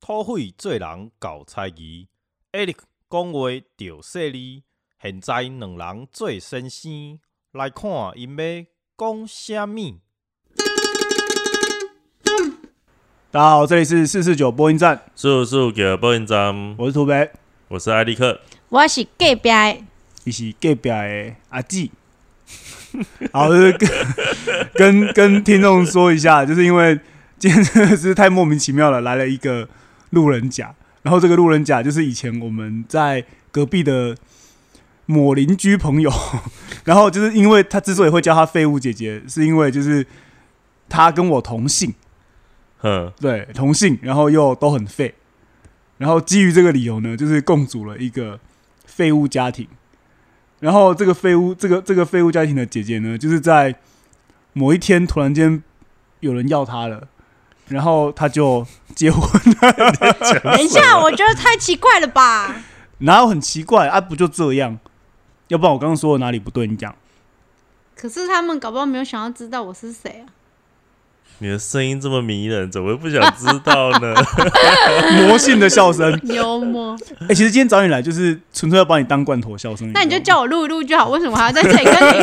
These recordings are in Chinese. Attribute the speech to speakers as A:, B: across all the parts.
A: 土匪做人搞猜疑，Eric 讲话着犀利。现在两人做先生，来看因要讲啥物。
B: 大家好，这里是四四九播音站，
C: 速速给播音站，
B: 我是土肥，
C: 我是艾利克。
D: 我是隔壁的，
B: 一起隔壁的阿纪。 好，就是 跟跟跟听众说一下，就是因为今天真的是太莫名其妙了，来了一个路人甲，然后这个路人甲就是以前我们在隔壁的某邻居朋友， 然后就是因为他之所以会叫他废物姐姐，是因为就是他跟我同姓，
C: 哼，
B: 对，同性，然后又都很废，然后基于这个理由呢，就是共组了一个废物家庭。然后这个废物，这个这个废物家庭的姐姐呢，就是在某一天突然间有人要她了，然后她就结婚，
D: 等 一下，我觉得太奇怪了吧？
B: 哪有很奇怪啊？不就这样？要不然我刚刚说的哪里不对？你讲，
D: 可是他们搞不好没有想要知道我是谁啊！
C: 你的声音这么迷人，怎么会不想知道 呢？
B: 魔性的笑声。
D: 幽默，
B: 哎、其实今天找你来就是纯粹要把你当罐头笑声。
D: 那你就
B: 知道吗
D: 叫我录一录就好，为什么还要在这里跟你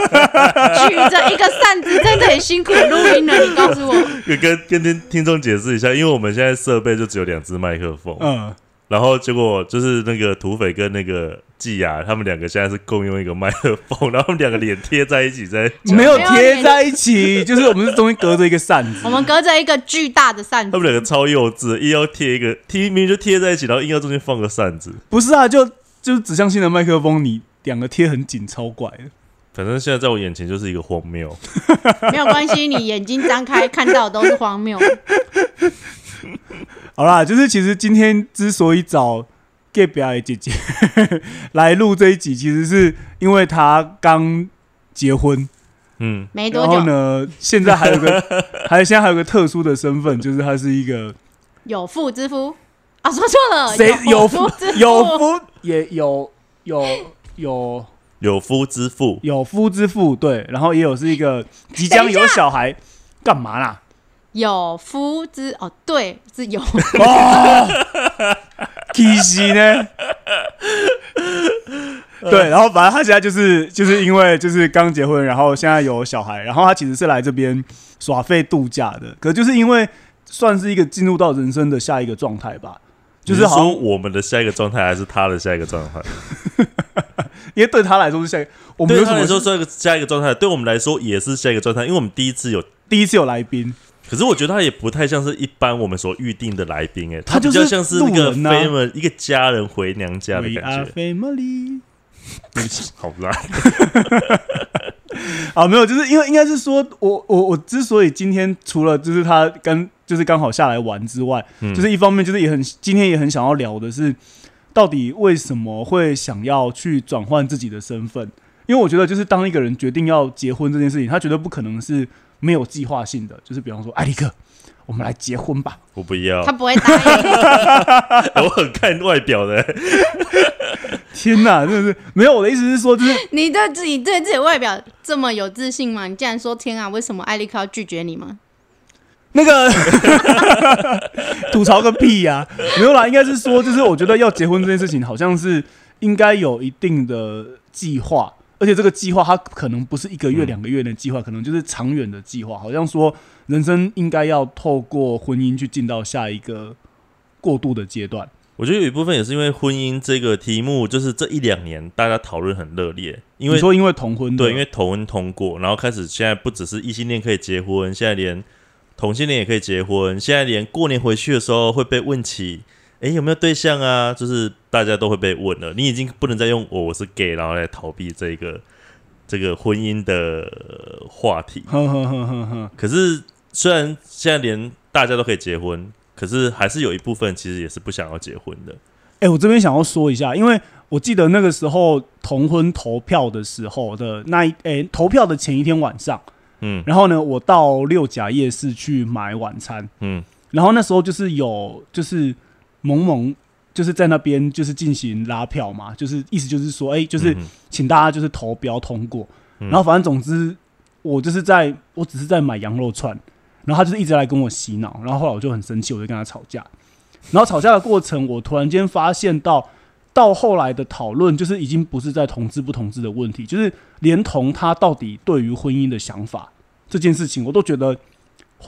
D: 举着一个扇子在这里辛苦录音呢？你告诉我，
C: 也跟跟听听众解释一下，因为我们现在设备就只有两只麦克风，
B: 嗯，
C: 然后结果就是那个土匪跟那个季雅，他们两个现在是共用一个麦克风，然后他们两个脸贴在一起在讲
B: 没有
D: 没有
B: 贴
D: 脸
B: 在一起，就是我们是中间隔着一个扇子。
D: 我们隔着一个巨大的扇
C: 他
D: 子
C: 们，两个超幼稚，硬要贴一个贴，明明就贴在一起，然后硬要中间放个扇子。
B: 不是啊，就就是指向性的麦克风，你两个贴很紧，超怪的。
C: 反正现在在我眼前就是一个荒谬。
D: 没有关系，你眼睛张开看到的都是荒谬。
B: 好啦，就是其实今天之所以找 gay 表演姐姐 来录这一集，其实是因为她刚结婚，
C: 嗯，
D: 没多
B: 然后
D: 久，
B: 呢，现在还有个，还有现在还有个特殊的身份，就是她是一个
D: 有妇之夫啊，说错了，
B: 谁有
D: 妇
B: 夫
D: 之夫，
B: 有夫也有有有
C: 有夫之妇，
B: 有夫之妇，对，然后也有是一个即将有小孩，干嘛啦？
D: 有夫之哦，对，是有。
B: 哦，其实呢， 对，然后反正他现在就是就是因为就是刚结婚，然后现在有小孩，然后他其实是来这边耍费度假的，可就是因为算是一个进入到人生的下一个状态吧，
C: 就
B: 就
C: 是是
B: 好
C: 说
B: 像
C: 我们的下一个状态还是他的下一个 状态？
B: 因为对他来说是下一个，我们
C: 对
B: 有
C: 他
B: 什
C: 来
B: 么
C: 说下一个下一个状态，对我们来说也是下一个状态，因为我们第一次有，
B: 第一次有来宾，
C: 可是我觉得他也不太像是一般我们所预定的来宾，哎，
B: 他
C: 比
B: 就是
C: 较像是那个
B: 路人啊
C: family、一个家人回娘家的
B: We are
C: 感觉，
B: family
C: 好啦，
B: 啊，没有，就是因为应该是说我我我之所以今天除了就是他跟就是刚好下来玩之外，
C: 嗯
B: 就是一方面就是也很今天也很想要聊的是，到底为什么会想要去转换自己的身份？因为我觉得就是当一个人决定要结婚这件事情，他绝对不可能是没有计划性的，就是比方说艾利克，我们来结婚吧。
C: 我不要，
D: 他不会答 应。
C: 我很看外表的、哎
B: 天哪，真的是 没有我的意思是说，就是
D: 你对自己对自己的外表这么有自信吗？你竟然说天啊，为什么艾利克要拒绝 你吗？
B: 那个吐槽个屁呀、没有啦，应该是说，就是我觉得要结婚这件事情，好像是应该有一定的计划，而且这个计划它可能不是一个月、
C: 嗯
B: 两个月的计划，可能就是长远的计划。好像说人生应该要透过婚姻去进到下一个过渡的阶段。
C: 我觉得有一部分也是因为婚姻这个题目，就是这一两年大家讨论很热烈，因为
B: 你说因为同婚的，
C: 对，因为同婚通过，然后开始现在不只是异性恋可以结婚，现在连同性恋也可以结婚，现在连过年回去的时候会被问起，哎，有没有对象啊？就是大家都会被问了，你已经不能再用我我是 gay 然后来逃避这个这个婚姻的呃话题。
B: 呵呵呵呵呵，
C: 可是虽然现在连大家都可以结婚，可是还是有一部分其实也是不想要结婚的。
B: 哎、我这边想要说一下，因为我记得那个时候同婚投票的时候的那一，哎、投票的前一天晚上。
C: 嗯
B: 然后呢，我到六甲夜市去买晚餐，
C: 嗯，
B: 然后那时候就是有就是萌萌就是在那边就是进行拉票嘛，就是意思就是说，哎、就是
C: 嗯
B: 请大家就是投标通过。
C: 嗯
B: 然后反正总之，我就是在我只是在买羊肉串，然后他就是一直来跟我洗脑，然后后来我就很生气，我就跟他吵架。然后吵架的过程，我突然间发现到，到后来的讨论就是已经不是在同志不同志的问题，就是连同他到底对于婚姻的想法这件事情，我都觉得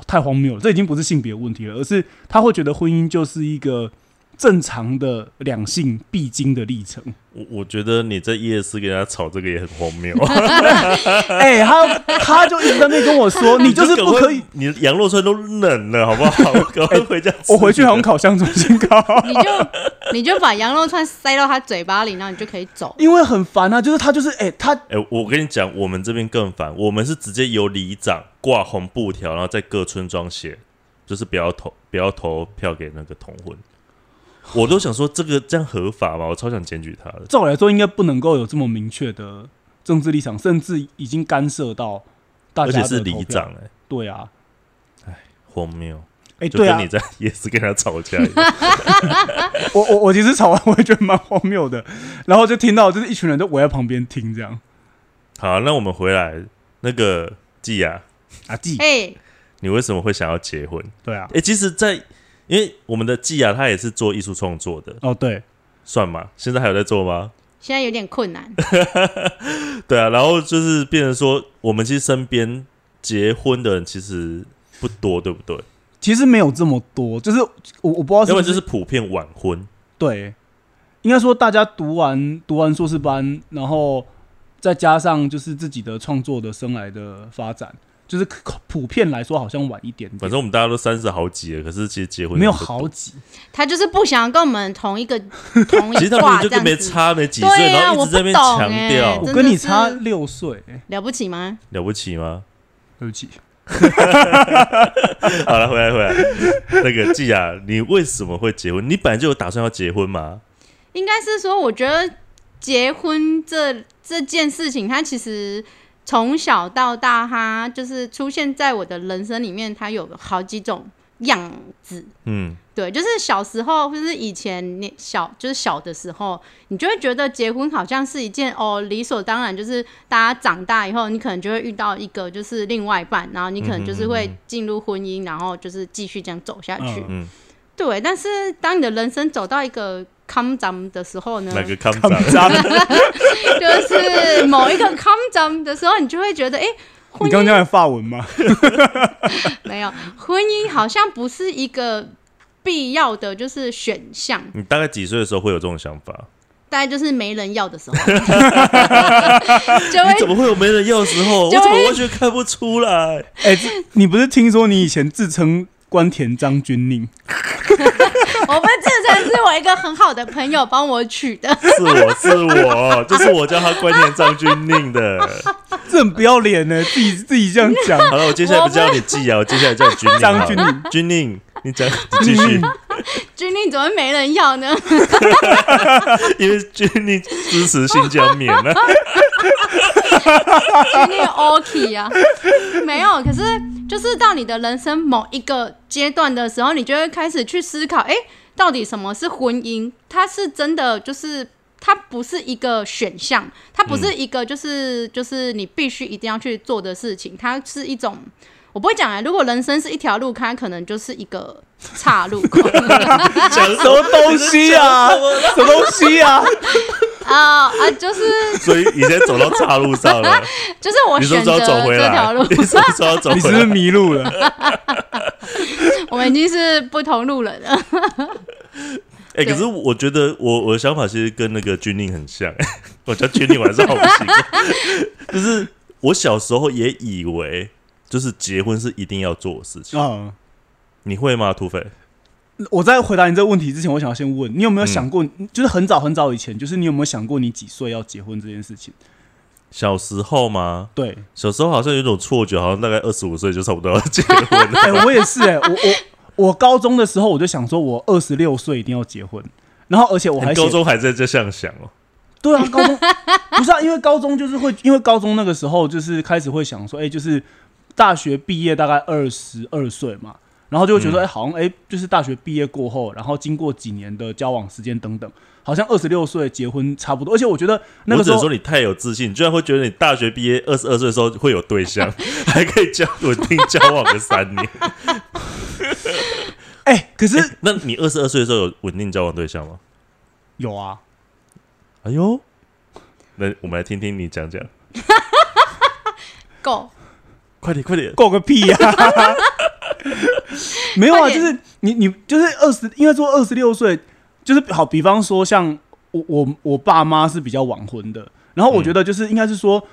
B: 太荒谬了。这已经不是性别问题了，而是他会觉得婚姻就是一个正常的两性必经的历程。
C: 我我觉得你在夜市跟人家吵这个也很荒 谬，
B: 哎、他他就一直在那边跟我说，你就是不可以。，哎
C: 你的羊肉串都冷了，好不 好？ 赶快回家吃。
B: 我回去好像烤箱重新 烤。
D: 你就你就把羊肉串塞到他嘴巴里，然后你就可以 走。
B: 因为很烦啊，就是他就是哎、他
C: 哎、我跟你讲，我们这边更烦，我们是直接由里长挂红布条，然后在各村庄写，就是不要投不要投票给那个同婚。我都想说这个这样合法吗？我超想检举他的。
B: 照我来说应该不能够有这么明确的政治立场，甚至已经干涉到大
C: 而且
B: 家的
C: 是
B: 投
C: 里
B: 票
C: 长哎、
B: 对啊，
C: 荒谬，
B: 哎、
C: 就
B: 对啊
C: 跟你，在夜市跟他吵架一样。
B: 我我我其实吵完我也觉得蛮荒谬的， 然后就听到就是一群人都围在旁边听这样
C: 好，那我们回来那个季雅，
B: 啊，记
D: 哎，
C: 你为什么会想要结婚？
B: 对啊
C: 哎、，其实在，因为我们的季雅她也是做艺术创作的，
B: 哦对，
C: 算嘛，现在还有在做 吗？
D: 现在有点困难。
C: 对啊，然后就是变成说，我们其实身边结婚的人其实不多，对不对？
D: 哦
B: 其实没有这么多，就是我我不知道
C: 要
B: 是
C: 不
B: 不
C: 然
B: 是
C: 就是普遍晚婚。
B: 对，应该说大家读完读完硕士班，然后再加上就是自己的创作的生来的发展，就是可普遍来说好像晚一点点，
C: 反正我们大家都三十好几了，可是其实结婚
B: 没有
C: 的人不多
B: 好，几。
D: 他就是不想跟我们同 一个同
C: 其
D: 一
C: 实他们
D: 挂这
C: 就跟
D: 样
C: 没
D: 子，
C: 差没几岁，
D: 对啊
C: 然后一直在那边
D: 我不懂
C: 强
D: 欸
C: 调
D: 真，
B: 我
D: 的
B: 跟你
D: 是
B: 差六岁、欸，
D: 了不起吗？
C: 了不起吗？
B: 对不起。
C: 好了，回来回来，那个季雅，你为什么会结婚？你本来就有打算要结婚吗？
D: 应该是说，我觉得结婚这这件事情，它其实从小到大，它就是出现在我的人生里面，它有好几种样子。
C: 嗯，
D: 对，就是小时候，或是以前你小，就是小的时候，你就会觉得结婚好像是一件哦理所当然，就是大家长大以后，你可能就会遇到一个就是另外一半，然后你可能就是
C: 嗯
D: 会
C: 哼嗯
D: 进入婚姻，然后就是继续这样走下去。
C: 嗯嗯
D: 对，但是当你的人生走到一个康展的时候呢，
C: 哪个康
B: 他
C: 长
B: 们？渣
D: 哎
B: 男，
D: 就是某一个康展的时候，你就会觉得，哎、
B: 你
D: 婚
B: 刚刚
D: 姻
B: 讲的发文吗？
D: 没有婚姻好像不是一个必要的就是选项。
C: 你大概几岁的时候会有这种想法？
D: 大概就是没人要 的时候，就
C: 你怎
D: 会
C: 么会有没人要的时候？我
D: 就
C: 怎么
D: 会
C: 完全看不出来？
B: 哎、这你不是听说你以前自称关田张君宁？
D: 我们这才是我一个很好的朋友帮我取的，
C: 是我是我，就是我叫他关田张君令的。
B: 这很不要脸呢、自己自己这样讲。
C: 好了，我接下来不叫你季啊，我接下来叫你君令。
B: 张君
C: 令，君令，你讲，你继续，
D: 君令怎么没人要呢？
C: 因为君令支持新疆棉啊。
D: 君令 OK 啊，没有。可是就是到你的人生某一个阶段的时候，你就会开始去思考，哎、到底什么是婚姻？它是真的就是。它不是一个选项，它不是一个就是、就是你必须一定要去做的事情，它是一种我不会讲啊、如果人生是一条路，它可能就是一个岔 路口。
C: 讲什
B: 什么 东西啊？
C: 你在讲什么
B: 什么东西啊？
D: 啊啊，就是
C: 所以你现在走到岔路上了，
D: 就是我
C: 你是不
D: 选
C: 是要
D: 择
C: 走回
D: 这
C: 来？
D: 条路
C: 你，是不是要走
B: 你是
C: 回
B: 不
C: 来？
B: 是迷路了？
D: 我们已经是不同路 人了。
C: 哎，可是我觉得我我的想法其实跟那个君令很像。 我叫君令，我还是好奇怪， 就是我小时候也以为，就是结婚是一定要做的事情。
B: 嗯，
C: 你会吗，土匪？
B: 我在回答你这个问题之前，我想要先问你有
C: 嗯
B: 没有想过，就是很早很早以前，就是你有没有想过你几岁要结婚这件事情？
C: 小时候吗？
B: 对，
C: 小时候好像有一种错觉，好像大概二十五岁就差不多要结婚了。
B: 哎、我也是、哎，我我我高中的时候我就想说，我二十六岁一定要结婚，然后而 且我还
C: 你
B: 写
C: 高中还在这样想哦，
B: 对啊，高中不是啊，因为高中就是会，因为高中那个时候就是开始会想说，哎、就是大学毕业大概二十二岁嘛，然后就会觉得，
C: 嗯
B: 哎、好像哎、就是大学毕业过后，然后经过几年的交往时间等等，好像二十六岁结婚差不多。而且我觉得那
C: 我
B: 个时
C: 只能
B: 候
C: 说，你太有自信，你居然会觉得你大学毕业二十二岁的时候会有对象， 还可以交稳定交往个三年。
B: 哎、可是、
C: 那你二十二岁的时候有稳定交往对象吗？
B: 有啊，
C: 哎呦，那我们来听听你讲讲，
D: 够
C: 快点快点，
B: 够个屁呀、没有啊，
D: 快
B: 就
D: 点
B: 是你你就是二十，应该说二十六岁，就是好，比方说像我我我爸妈是比较晚婚的，然后我觉得就是应该是说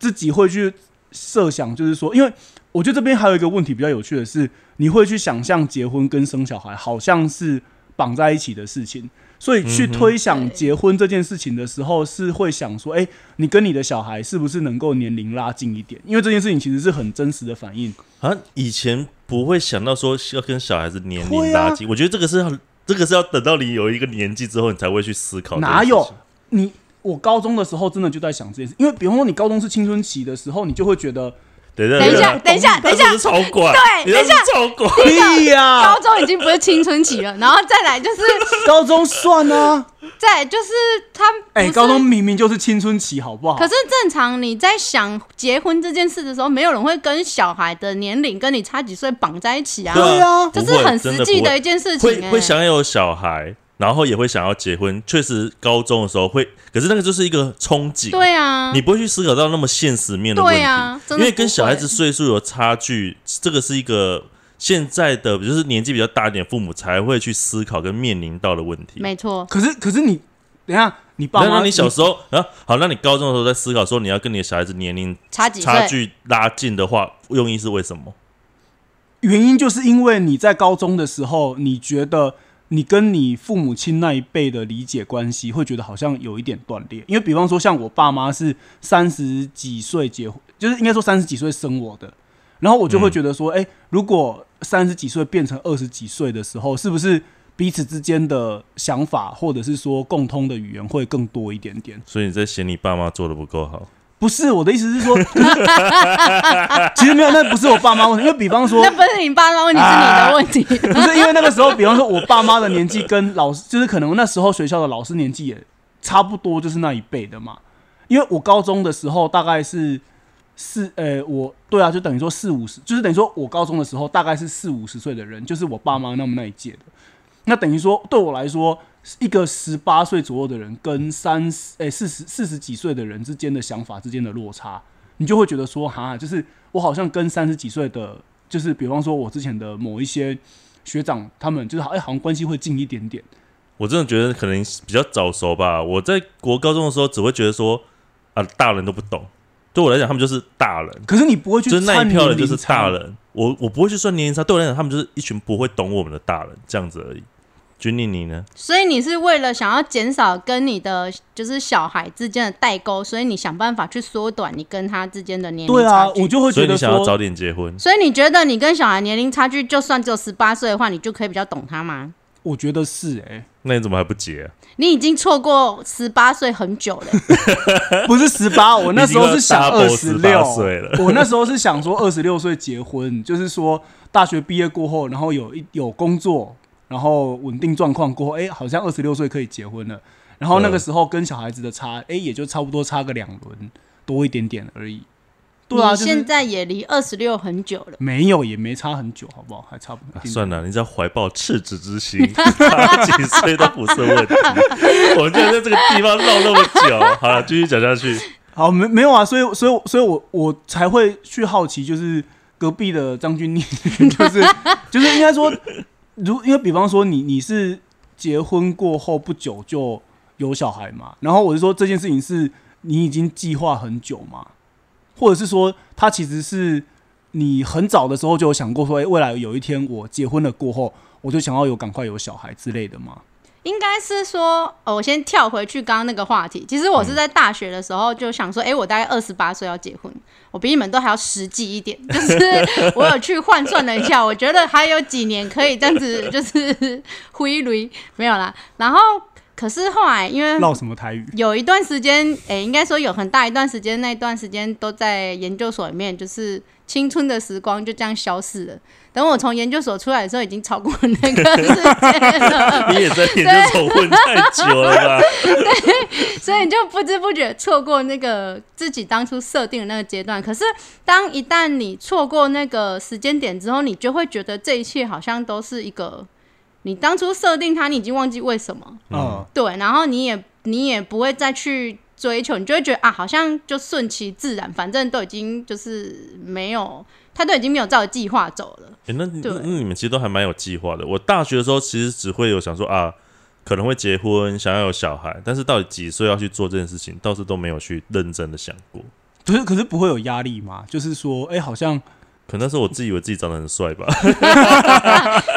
B: 自己会去设想，就是说，因为我觉得这边还有一个问题比较有趣的是，你会去想象结婚跟生小孩好像是绑在一起的事情。所以
C: 嗯
B: 去
C: 哼
B: 推想
D: 对
B: 结婚这件事情的时候，是会想说，哎、你跟你的小孩是不是能够年龄拉近一点？因为这件事情其实是很真实的反映。
C: 好像啊以前不会想到说要跟小孩子年龄
B: 会啊
C: 拉近，我觉得这个是很这个是要等到你有一个年纪之后，你才会去思考。
B: 哪有？你？我高中的时候真的就在想这件事，因为比方说你高中是青春期的时候，你就会觉得
C: 等一下，
D: 等一下等一下等一下
C: 他是不是超管，
D: 对等一
C: 你是
D: 下
C: 不是超管。
B: 屁哎呀、
D: 高中已经不是青春期了，然后再 来就是
B: 高中算啊，
D: 再来就是他不
B: 哎、
D: 是
B: 高中明明就是青春期，好不好？
D: 可是正常你在想结婚这件事的时候，没有人会跟小孩的年龄跟你差几岁绑在一起啊，
B: 对啊
D: 这
C: 不
D: 是
C: 会
D: 很
C: 真
D: 实际
C: 不会
D: 的一件事情、
C: 会
D: 欸。
C: 会想要有小孩，然后也会想要结婚。确实，高中的时候会，可是那个就是一个憧憬，、
D: 对啊，
C: 你不会去思考到那么现实面的问
D: 对
C: 题，
D: 啊，真
C: 因
D: 的
C: 为跟
D: 不
C: 小
D: 会
C: 孩子岁数有差距，这个是一个现在的就是年纪比较大一点父母才会去思考跟面临到的问题。
D: 没错，
B: 可是可是你等一下，你爸
C: 那
B: 妈
C: 那你小时候啊，好，那你高中的时候在思考说你要跟你的小孩子年龄
D: 差几
C: 差
D: 岁？
C: 距拉近的话，用意是为什么？
B: 原因就是因为你在高中的时候，你觉得你跟你父母亲那一辈的理解关系，会觉得好像有一点断裂。因为比方说，像我爸妈是三十几岁结婚，就是应该说三十几岁生我的，然后我就会觉得说，哎、如果三十几岁变成二十几岁的时候，是不是彼此之间的想法，或者是说共通的语言会更多一点点？
C: 所以你在嫌你爸妈做的不够好，
B: 不是我的意思是说， 可是其实没有，那不是我爸妈问题，因为比方说，
D: 那不是你爸妈问题，是你的问
C: 啊
D: 题。
B: 不是因为那个时候，比方说我爸妈的年纪跟老师，就是可能那时候学校的老师年纪也差不多，就是那一辈的嘛。因为我高中的时候大概是四，呃，我对啊，就等于说四五十，就是等于说我高中的时候大概是四五十岁的人，就是我爸妈那么那一届的。那等于说对我来说，一个十八岁左右的人跟三十，哎，四十四十几岁的人之间的想法之间的落差，你就会觉得说，哈，就是我好像跟三十几岁的，就是比方说我之前的某一些学长他们，就是好，哎、好像关系会近一点点。
C: 我真的觉得可能比较早熟吧。我在国高中的时候，只会觉得说啊，大人都不懂。对我来讲，他们就是大人，
B: 可是你不会去
C: 就是那
B: 参
C: 一
B: 年
C: 票人
B: 龄
C: 就是
B: 差
C: 大，人。我我不会去算年龄差，对我来讲，他们就是一群不会懂我们的大人，这样子而已。君令你呢？
D: 所以你是为了想要减少跟你的就是小孩之间的代沟，所以你想办法去缩短你跟他之间的年龄
B: 对啊
D: 差，距
B: 我就会
C: 所
B: 觉
C: 以你
B: 得
C: 想要
B: 说，
C: 早点结婚，
D: 所以你觉得你跟小孩年龄差距，就算只有十八岁的话，你就可以比较懂他吗？
B: 我觉得是 哎、
C: 那你怎么还不结、啊？
D: 你已经错过十八岁很久了，
B: 不是十八，我那时候是想二
C: 已
B: 十
C: 经
B: 六
C: 要 double 18岁了，
B: 我那时候是想说二十六岁结婚，就是说大学毕业过后，然后有一有工作，然后稳定状况过后，哎、好像二十六岁可以结婚了。然后那个
C: 嗯
B: 时候跟小孩子的差，哎、也就差不多差个两轮多一点点而已。 对啊，
D: 你
B: 就是
D: 现在也离二十六很久了。
B: 没有也没差很久，好不好？还差不
C: 啊
B: 多。
C: 算了，你只要怀抱赤子之心， 差几岁都不是问题。我们就在这个地方绕那么久，好了，继续讲下去。
B: 好，没没有啊，所以所以所以我我才会去好奇，就是隔壁的张君丽， 就是就是应该说，如因为比方说你你是结婚过后不久就有小孩嘛，然后我是说这件事情是你已经计划很久嘛，或者是说他其实是你很早的时候就有想过说，哎、未来有一天我结婚了过后，我就想要有赶快有小孩之类的嘛。
D: 应该是说，哦，我先跳回去刚刚那个话题。其实我是在大学的时候就想说，哎、我大概二十八岁要结婚，我比你们都还要实际一点。 就是我有去换算了一下，我 觉得还有几年可以这样子，就是挥泪没有啦。然后，可是后来因为
B: 唠什么台语？
D: 有一段时间，诶、应该说有很大一段时间，那一段时间都在研究所里面，就是青春的时光就这样消逝了。等我从研究所出来的时候，已经超过那个时间了，
C: 你也在研究所混太久了吧？
D: 所以你就不知不觉错过那个自己当初设定的那个阶段。可是，当一旦你错过那个时间点之后，你就会觉得这一切好像都是一个你当初设定它，你已经忘记为什么。
B: 嗯，
D: 对，然后你也你也不会再去追求，你就会觉得啊，好像就顺其自然，反正都已经就是没有，他都已经没有照着计划走了。
C: 欸、那你
D: 对
C: 那你们其实都还蛮有计划的。我大学的时候其实只会有想说啊，可能会结婚，想要有小孩，但是到底几岁要去做这件事情，倒是都没有去认真的想过。
B: 可是可是不会有压力吗？就是说，哎、好像
C: 可能那时候我自以为自己长得很帅吧。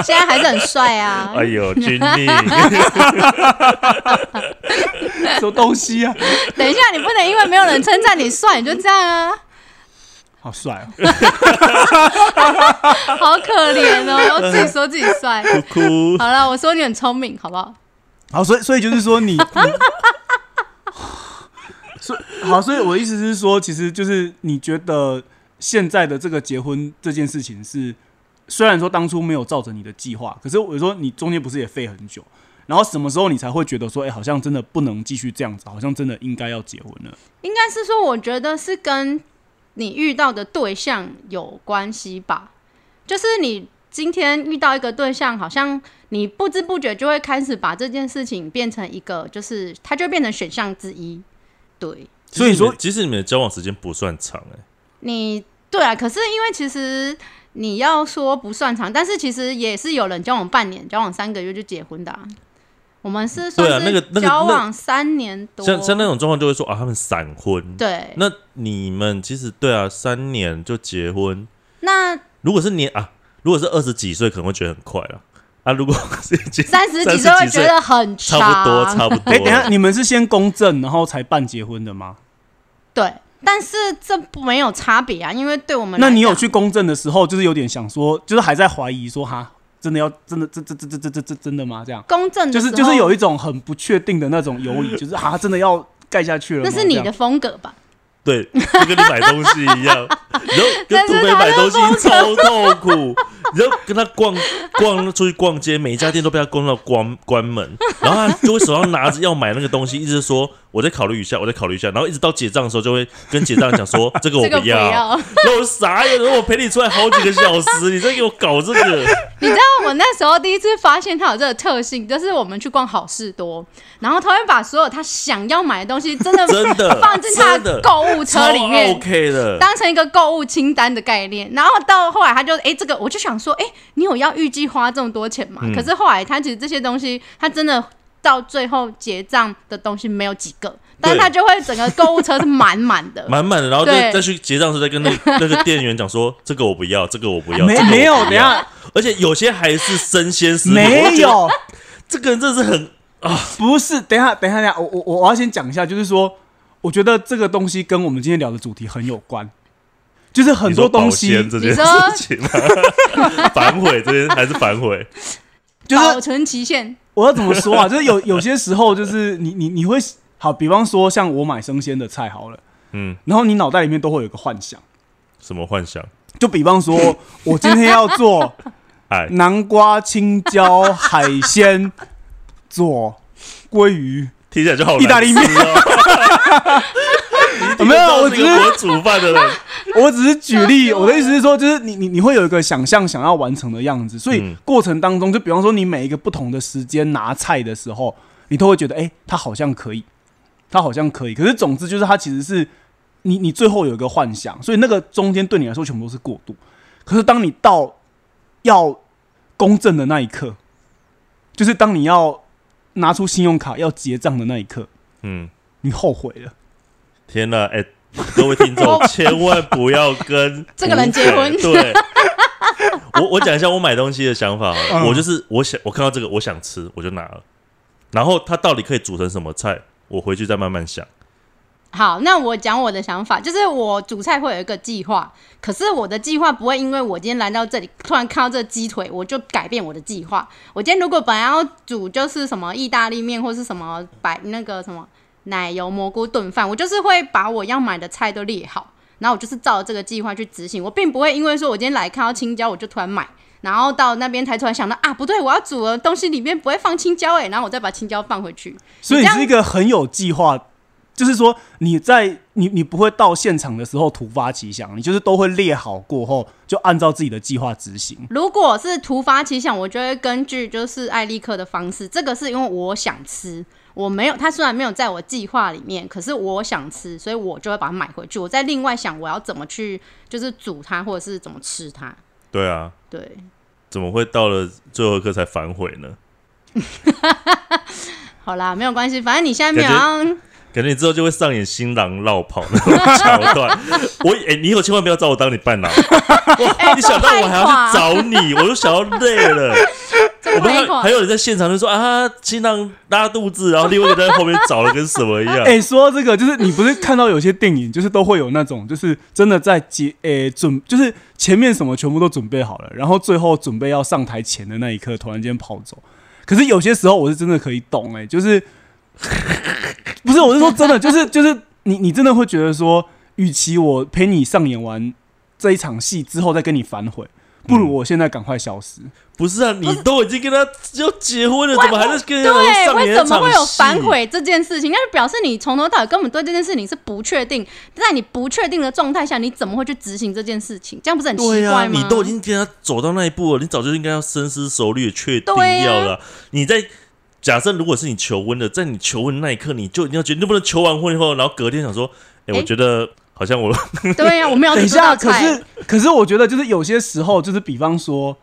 D: 现在还是很帅 啊
C: 哎，呦，君丽，
B: 什么东西啊，
D: 等一下你不能因为没有人称赞你帅，你就这样啊，
B: 好帅哦、
D: 好可怜哦，自己说自己帅。
C: 哭哭，
D: 好了，我说你很聪明，好不好？
B: 好，所以所以就是说 你，你所以好，所以我的意思是说，其实就是你觉得现在的这个结婚这件事情是，虽然说当初没有照着你的计划，可是我说你中间不是也费很久，然后什么时候你才会觉得说，哎、好像真的不能继续这样子，好像真的应该要结婚了？
D: 应该是说，我觉得是跟你遇到的对象有关系吧。就是你今天遇到一个对象，好像你不知不觉就会开始把这件事情变成一个，就是它就变成选项之一。对
B: 所以说
C: 其实你们其实你们的交往时间不算长哎、
D: 你，对啊。可是因为其实你要说不算长，但是其实也是有人交往半年、交往三个月就结婚的、啊。我们是算
C: 对啊那个
D: 是
C: 那个
D: 交
C: 那
D: 往三年多，
C: 像像那种状况就会说啊，他们闪婚。
D: 对，
C: 那你们其实对啊，三年就结婚，
D: 那
C: 如果是年啊，如果是二十几岁，可能会觉得很快了啊。如果是已经
D: 三十几岁
C: 30
D: 会觉得很
C: 差不多，
D: 长
C: 差不多。
B: 哎、等一下，你们是先公证，然后才办结婚的吗？
D: 对，但是这不没有差别啊，因为对我们
B: 那
D: 来
B: 你有
D: 讲
B: 去公证的时候，就是有点想说，就是还在怀疑说，哈，真的要真的这这这这这这这真的吗？这样，
D: 公正的
B: 就
D: 时
B: 是
D: 候，
B: 就是有一种很不确定的那种犹 疑，就是哈，真的要盖下去了吗？
D: 那是你
B: 这
D: 的
B: 样
D: 风格吧？
C: 对，就跟你买东西一样，你就跟土匪买东西超痛苦，你就跟他逛逛出去逛街，每一家店都被他逛到关关门，然后他就会手上拿着要买那个东西，一直说我再考虑一下，我再考虑一下，然后一直到结账的时候就会跟结账讲说这个我
D: 这个
C: 不
D: 不
C: 要，然
D: 要。
C: 后我傻眼，然后我陪你出来好几个小时，你再给我搞这个，
D: 你知道我那时候第一次发现他有这个特性，就是我们去逛好事多，然后他会把所有他想要买的东西真的
C: 真的
D: 放进他
C: 真的
D: 购物车
C: 超
D: 里面。
C: OK 的，
D: 当成一个购物清单的概念，然后到后来他就哎、诶这个我就想说，哎、你有要预计花这么多钱吗？
C: 嗯
D: 可是后来他其实这些东西，他真的到最后结账的东西没有几个，但是他就会整个购物车是满满的。
C: 满满的，然后就
D: 对
C: 再去结账的时候再跟那 那个店员讲说这个我不要，这个我不要，
B: 没
C: 这个我不
B: 没有
C: 要
B: 等一下，
C: 而且有些还是生鲜食品，我
B: 没
C: 觉得
B: 有，
C: 这个人真的是很
B: 不是，等一下等一下等一下，我我我要先讲一下，就是说，我觉得这个东西跟我们今天聊的主题很有关，就是很多东
C: 你
B: 西
C: 说保鲜，这件
D: 你说
C: 事 情吗？反悔这件还是反悔？
B: 就是
D: 保存期限，
B: 我要怎么说啊？就是有有些时候，就是你你你会好，比方说像我买生鲜的菜好了，
C: 嗯，
B: 然后你脑袋里面都会有一个幻想，
C: 什么幻想？
B: 就比方说我今天要做
C: 哎，
B: 南瓜、青椒、海鲜、做鲑鱼，
C: 听起来就好难
B: 意大利面
C: 吃哦。
B: 有 啊没有？
C: 我
B: 我
C: 是
B: 只
C: 一个
B: 是
C: 我煮饭的人，
B: 我只是举例，
D: 笑死我了
B: 我的意思是说，就是你你你会有一个想象想要完成的样子，所以
C: 嗯
B: 过程当中，就比方说你每一个不同的时间拿菜的时候，你都会觉得，哎、它好像可以，它好像可以。可是总之就是它其实是你你最后有一个幻想，所以那个中间对你来说全部都是过渡。可是当你到要公证的那一刻，就是当你要拿出信用卡要结账的那一刻，
C: 嗯，
B: 你后悔了。
C: 天哪，哎。各位 听众，千万不要跟
D: 哦这个人结婚
C: 土匪对，我我讲一下我买东西的想法好了。
B: 嗯
C: 我就是我想，我看到这个我想吃，我就拿了。然后它到底可以煮成什么菜，我回去再慢慢想。
D: 好，那我讲我的想法，就是我煮菜会有一个计划，可是我的计划不会因为我今天来到这里，突然看到这鸡腿，我就改变我的计划。我今天如果本来要煮就是什么意大利面或是什么白那个什么奶油蘑菇炖饭，我就是会把我要买的菜都列好，然后我就是照这个计划去执行。我并不会因为说我今天来看到青椒，我就突然买。然后到那边才突然想到啊，不对，我要煮的东西里面不会放青椒哎、然后我再把青椒放回去。
B: 所以
D: 你
B: 你
D: 这样
B: 是一个很有计划，就是说你在你你不会到现场的时候突发奇想，你就是都会列好过后就按照自己的计划执行。
D: 如果是突发奇想，我就会根据就是艾利克的方式，这个是因为我想吃，我没有，它虽然没有在我计划里面，可是我想吃，所以我就会把它买回去。我再另外想我要怎么去就是煮它，或者是怎么吃它。
C: 对啊，
D: 对，
C: 怎么会到了最后一刻才反悔呢？
D: 好啦，没有关系，反正你现在没有要，
C: 感觉你之后就会上演新郎绕跑那种 桥段。我哎、你以后千万不要找我当你伴郎，
D: 哎
C: 哇你想到我还要去找你，我都想要累了。
D: 这
C: 我
D: 么
C: 们还
D: 没
C: 还
D: 款。
C: 有人在现场就说啊，新郎拉肚子，然后另外一个在后面找的跟什么一样。
B: 哎、说到这个，就是你不是看到有些电影，就是都会有那种，就是真的在结，诶、准，就是前面什么全部都准备好了，然后最后准备要上台前的那一刻，突然间跑走。可是有些时候我是真的可以懂、哎，就是不是，我是说真的，就是 就是你你真的会觉得说，与其我陪你上演完这一场戏之后再跟你反悔，不
C: 嗯
B: 如我现在赶快消失。
C: 不是啊，你都已经跟他要结婚了，
D: 我
C: 怎么还是跟他
D: 对，
C: 上演一
D: 为什
C: 场
D: 么会有
C: 戏
D: 反？悔这件事情？那就表示你从头到尾根本对这件事情是不确定，在你不确定的状态下，你怎么会去执行这件事情？这样不是很奇
C: 对啊，
D: 怪吗？
C: 你都已经跟他走到那一步了，你早就应该要深思熟虑，确定
D: 对啊
C: 要了。你在假设如果是你求婚的，在你求婚那一刻，你就一定要觉得能不能求完婚以后，然后隔天想说，哎、
D: 哎
C: 我觉得好像我
D: 对啊呀、我没有
B: 等一
D: 煮这道
B: 下，可
D: 菜
B: 是可是我觉得就是有些时候，就是比方说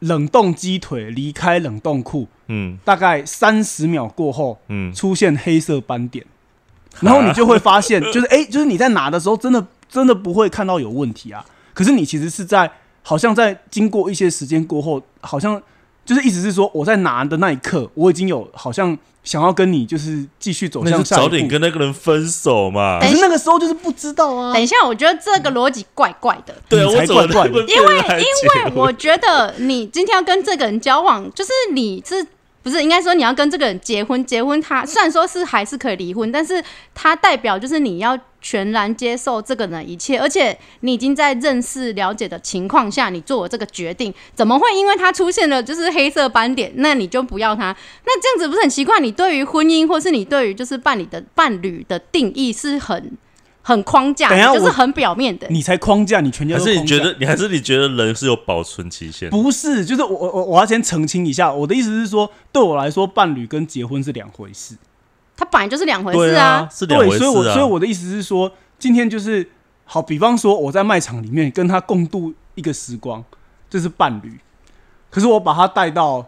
B: 冷冻鸡腿离开冷冻库，
C: 嗯
B: 大概三十秒过后
C: 嗯，
B: 出现黑色 斑点，然后你就会发现，就是哎、就是你在拿的时候真的真的不会看到有问题啊，可是你其实是在好像在经过一些时间过后，好像就是意思是说我在拿的那一刻，我已经有好像想要跟你就是继续走
C: 那就
B: 向下
C: 早
B: 一
C: 点
B: 步，
C: 跟那个人分手嘛
D: 哎
B: 可。是那个时候就是不知道啊
D: 等。一下，我觉得这个逻辑怪怪的。
C: 对啊，
B: 你才
C: 我怎么
B: 怪怪的
C: 因为因
D: 对，我觉得你今天要跟这个人交往，就是你是不是应该说你要跟这个人结婚？结婚他虽然说是还是可以离婚，但是他代表就是你要全然接受这个人的一切，而且你已经在认识了解的情况下，你做了这个决定，怎么会因为他出现了就是黑色斑点， 那你就不要他？那这样子不是很奇怪？你对于婚姻或是你对于就是伴侣的伴侣的定义是很。很框架的
B: 等一下，
D: 就是
B: 我
D: 很表面的。
B: 你才框架，你全家
C: 还
B: 都
C: 是你
B: 框架
C: 觉得你还是你觉得人是有保存期限的？
B: 不是，就是我我我我要先澄清一下，我的意思是说，对我来说，伴侣跟结婚是两回事。
D: 它本来就是两回事
C: 对啊，是两回
B: 对，
C: 事
B: 所以我所
C: 啊。
B: 以我的意思是说，今天就是好，比方说我在卖场里面跟他共度一个时光，这是伴侣，可是我把他带到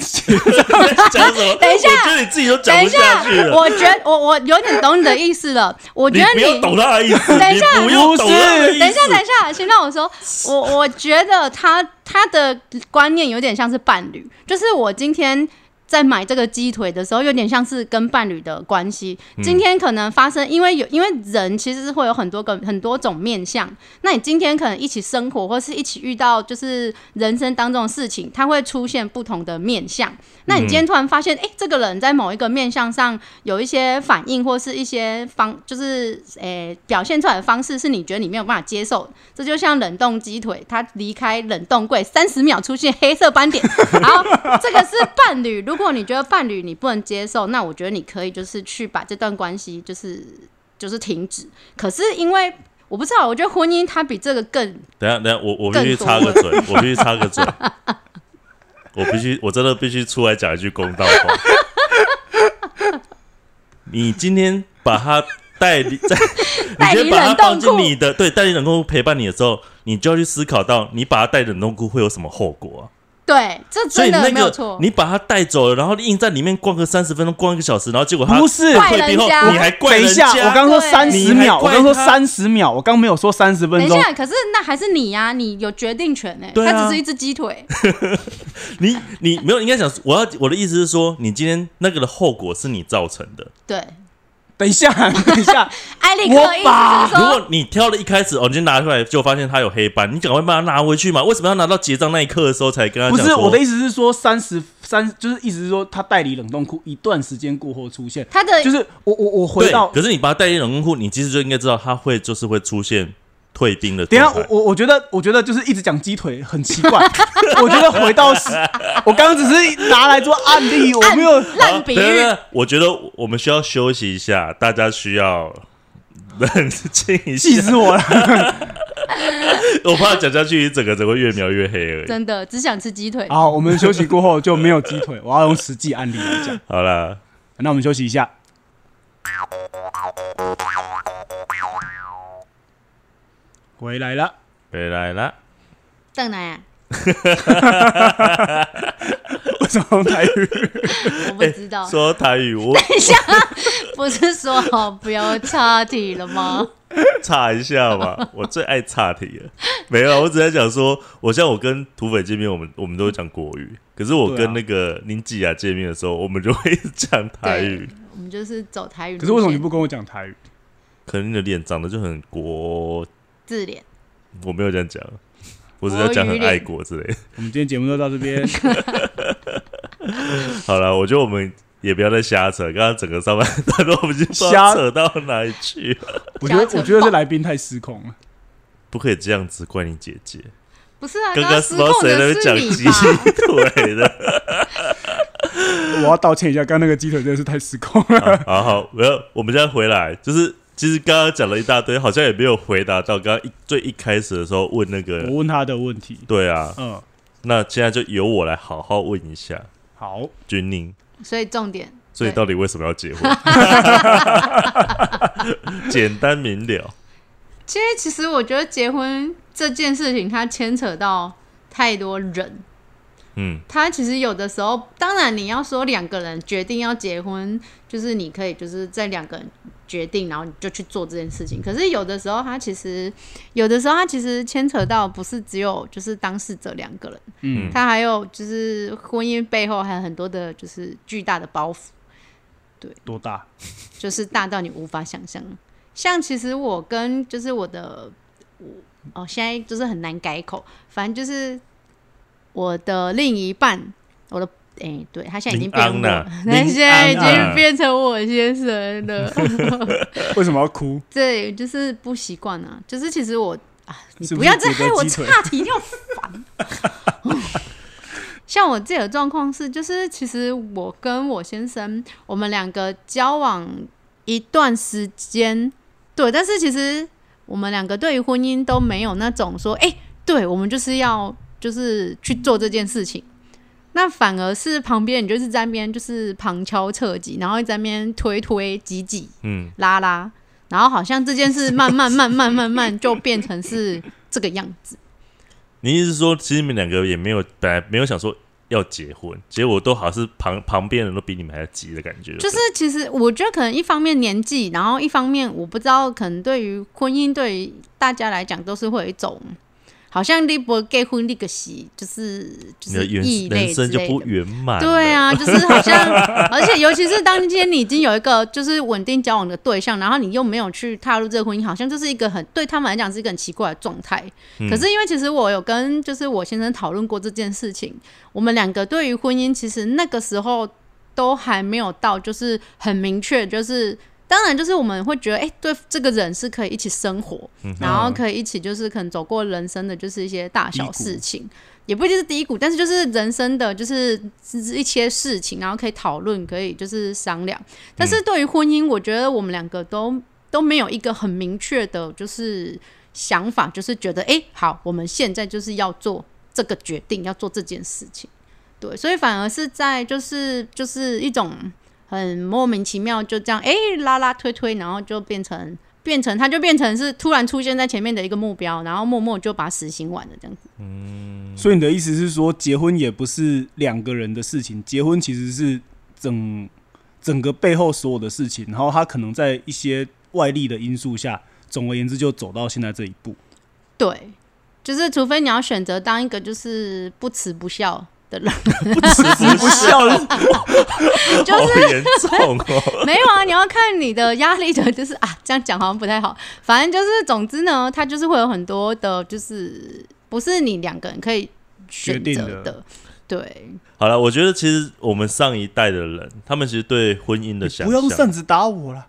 C: 讲什么？
D: 哎等一下
C: 我觉得你自己都讲
D: 等
C: 不
D: 一
C: 下
D: 下
C: 去，了。
D: 我觉得我我有点懂你的意思了。我觉
C: 你不
D: 得你，
C: 要懂他的意思，
D: 等一下
C: 你不要懂他的意思。
D: 等一下，等一下，先让 我说。我我觉得他他的观念有点像是伴侣，就是我今天。在买这个鸡腿的时候，有点像是跟伴侣的关系。
C: 嗯
D: 今天可能发生，因为有因为人其实是会有很多个很多种面相。那你今天可能一起生活，或是一起遇到就是人生当中的事情，它会出现不同的面相。那你
C: 嗯
D: 今天突然发现，哎、这个人在某一个面相上有一些反应，或是一些方，就是诶、表现出来的方式，是你觉得你没有办法接受的。这就像冷冻鸡腿，它离开冷冻柜三十秒出现黑色 斑点，然后这个是伴侣。如果你觉得伴侣你不能接受，那我觉得你可以就是去把这段关系就是就是停止。可是因为我不知道，我觉得婚姻它比这个更
C: 等一下，等一下，我我必须
D: 更多
C: 插个嘴，我必须插个嘴，我必须，我真的必须出来讲一句公道话。你今天把他带离 在，
D: 带
C: 你
D: 离
C: 今天把他
D: 冷冻
C: 放进
D: 库
C: 你的对带离冷冻库陪伴你的时候，你就要去思考到你把他带冷冻库会有什么后果啊？
D: 对，这
C: 所以
D: 真的
C: 那
D: 没有错
C: 个。你把他带走了，然后硬在里面逛个三十分钟，逛一个小时，然后结果他
B: 不是
C: 退兵后
D: 怪人家
C: 你还怪
B: 等一
C: 人
B: 下，
C: 家？
B: 我刚说
D: 对
B: 三十
C: 你还
B: 秒，我
C: 怪
B: 刚说
C: 他
B: 三十秒，我刚没有说三十
D: 等
B: 分
D: 一
B: 钟。
D: 下，可是那还是你呀、你有决定权呢、
C: 对啊
D: 它只是一只 鸡腿。
C: 你你没有应该想，我要我的意思是说，你今天那个的后果是你造成的。
D: 对，
B: 等一下， 等一下，
D: 艾利克的意
B: 我把
D: 思是
C: 如
D: 说，
C: 果你挑了一开始哦，你就拿出来，就发现它有黑斑，你赶快把它拿回去嘛。为什么要拿到结账那一刻的时候才跟他
B: 不
C: 讲
B: 是
C: 说？
B: 我的意思是说，三十三就是意思是说，他代理冷冻库一段时间过后出现，
D: 他的
B: 就是我我我回
C: 对
B: 到，
C: 可是你把它带进冷冻库，你其实就应该知道它会就是会出现退冰的
B: 等一
C: 状
B: 下，
C: 态。
B: 我我我觉得，我觉得就是一直讲鸡腿很奇怪。我觉得回到实，我刚刚只是拿来做案例，我没有。
D: 烂比
C: 好啊等
D: 喻
C: 等，等我觉得我们需要休息一下，大家需要冷静一
B: 气
C: 下。
B: 死我了！
C: 我怕讲下去，整个只会越描越黑而已。
D: 真的只想吃鸡腿。
B: 好，我们休息过后就没有鸡腿，我要用实际案例来讲。
C: 好啦，
B: 那我们休息一下。回来了，
C: 回来啦。
D: 邓南啊，
B: 为什么用台语？
D: 我不知 道，
C: 哎说台语，我
D: 不是说好不要岔题了 吗？
C: 岔一下 吧，我最爱岔题了。没有啊，我只在讲说，我像我跟土匪见面，我们我们都会讲国语，可是我
B: 对
C: 跟
B: 啊
C: 那个林吉雅见面的时候，我们就会一直讲台语
D: 对。，我们就是走台语路
B: 可
D: 线。
B: 是为什么你不跟我讲台语？
C: 可能你的脸长得就很国，
D: 自恋？
C: 我没有这样讲，我只是要讲很爱国之类的。
B: 我们今天节目就到这边，
C: 好了，我觉得我们也不要再瞎扯，刚刚整个上半段都已经不知
B: 瞎
C: 道扯到哪里去了，
B: 我觉得
D: 瞎扯
B: 我觉得这来宾太失控了。
C: 不可以这样子怪你姐姐。
D: 不 是啊，
C: 刚
D: 刚
C: 刚
D: 失
C: 不知道
D: 控
C: 谁在那
D: 的
C: 边讲
D: 是
C: 鸡
D: 你吧？
C: 腿的。
B: 我要道歉一下，刚刚那个鸡腿真的是太失控了。
C: 好好，没有，我们现在回来，就是其实刚刚讲了一大堆，好像也没有回答到刚刚一最一开始的时候问那
B: 我
C: 个。
B: 问他的问题，
C: 对啊，
B: 嗯，
C: 那现在就由我来好好问一下
B: 好，
C: 君宁，
D: 所以重点，
C: 所以
D: 对
C: 到底为什么要结婚？ 简单明了，
D: 其实其实我觉得结婚这件事情，它牵扯到太多人。
C: 嗯，
D: 他其实有的时候，当然你要说两个人决定要结婚，就是你可以就是在两个人决定，然后你就去做这件事情。可是有的时候，他其实有的时候他其实牵扯到不是只有就是当事者两个人，
B: 嗯，
D: 他还有就是婚姻背后还有很多的就是巨大的包袱，
B: 多大？
D: 就是大到你无法想象。像其实我跟就是我的我哦，现在就是很难改口，反正就是我的另一半，我的哎、对他现在已经
C: 林安
D: 变我
C: 呐
D: 了，他现在已
B: 林安
C: 啊
D: 经变成我先生了，
B: 为什么要哭？
D: 对，就是不习惯啊，就是其实我啊，你
B: 是不
D: 不
B: 是
D: 要再
B: 觉得
D: 害我
B: 鸡腿
D: 岔题，你好烦。 像我自己的状况是，就是其实我跟我先生，我们两个交往一段时间，对，但是其实我们两个对于婚姻都没有那种说，哎、对我们就是要就是去做这件事情。那反而是旁边，你就是在那边就是旁敲侧击，然后在那边推推挤挤，
C: 嗯，
D: 拉拉，然后好像这件事慢慢慢慢慢慢就变成是这个样子。
C: 你意思是说，其实你们两个也没有本来没有想说要结婚，结果都好像是旁旁边人都比你们还要急的感觉，
D: 就是其实我觉得可能一方面年纪，然后一方面我不知道，可能对于婚姻对于大家来讲都是会有一种好像你不结婚立个喜，就是就
C: 你的
D: 是
C: 原
D: 异类
C: 人
D: 之
C: 生就
D: 类
C: 不
D: 的。
C: 圆满，
D: 对，啊，就是好像，而且尤其是当今天你已经有一个就是稳定交往的对象，然后你又没有去踏入这个婚姻，好像这是一个很对他们来讲是一个很奇怪的状态。可是因为其实我有跟就是我先生讨论过这件事情，我们两个对于婚姻其实那个时候都还没有到，就是很明确，就是当然就是我们会觉得，哎、对这个人是可以一起生活，
B: 嗯
D: 然后可以一起就是可能走过人生的就是一些大小事情，也不一定是低谷，但是就是人生的就是一些事情，然后可以讨论，可以就是商量。但是对于婚姻，我觉得我们两个都都没有一个很明确的，就是想法，就是觉得，哎、好，我们现在就是要做这个决定，要做这件事情。对，所以反而是在就是就是一种很莫名其妙就这样，哎、拉拉推推，然后就变成变成，它就变成是突然出现在前面的一个目标，然后默默就把它实行完了这样子。
B: 嗯所以你的意思是说，结婚也不是两个人的事情，结婚其实是整整个背后所有的事情，然后他可能在一些外力的因素下，总而言之就走到现在这一步。
D: 对，就是除非你要选择当一个就是不辞不孝的 人，
C: 不吃不 笑，
D: 就
C: 好
D: 是
C: 严重哦。
D: 没有啊，你要看你的压力的，就是啊，这样讲好像不太好。反正就是，总之呢，它就是会有很多的，就是不是你两个人可以
B: 决
D: 选
B: 定
D: 择
B: 的
D: 的。对，
C: 好了，我觉得其实我们上一代的人，他们其实对婚姻的想
B: 不用
C: 象
B: 扇，子打我了。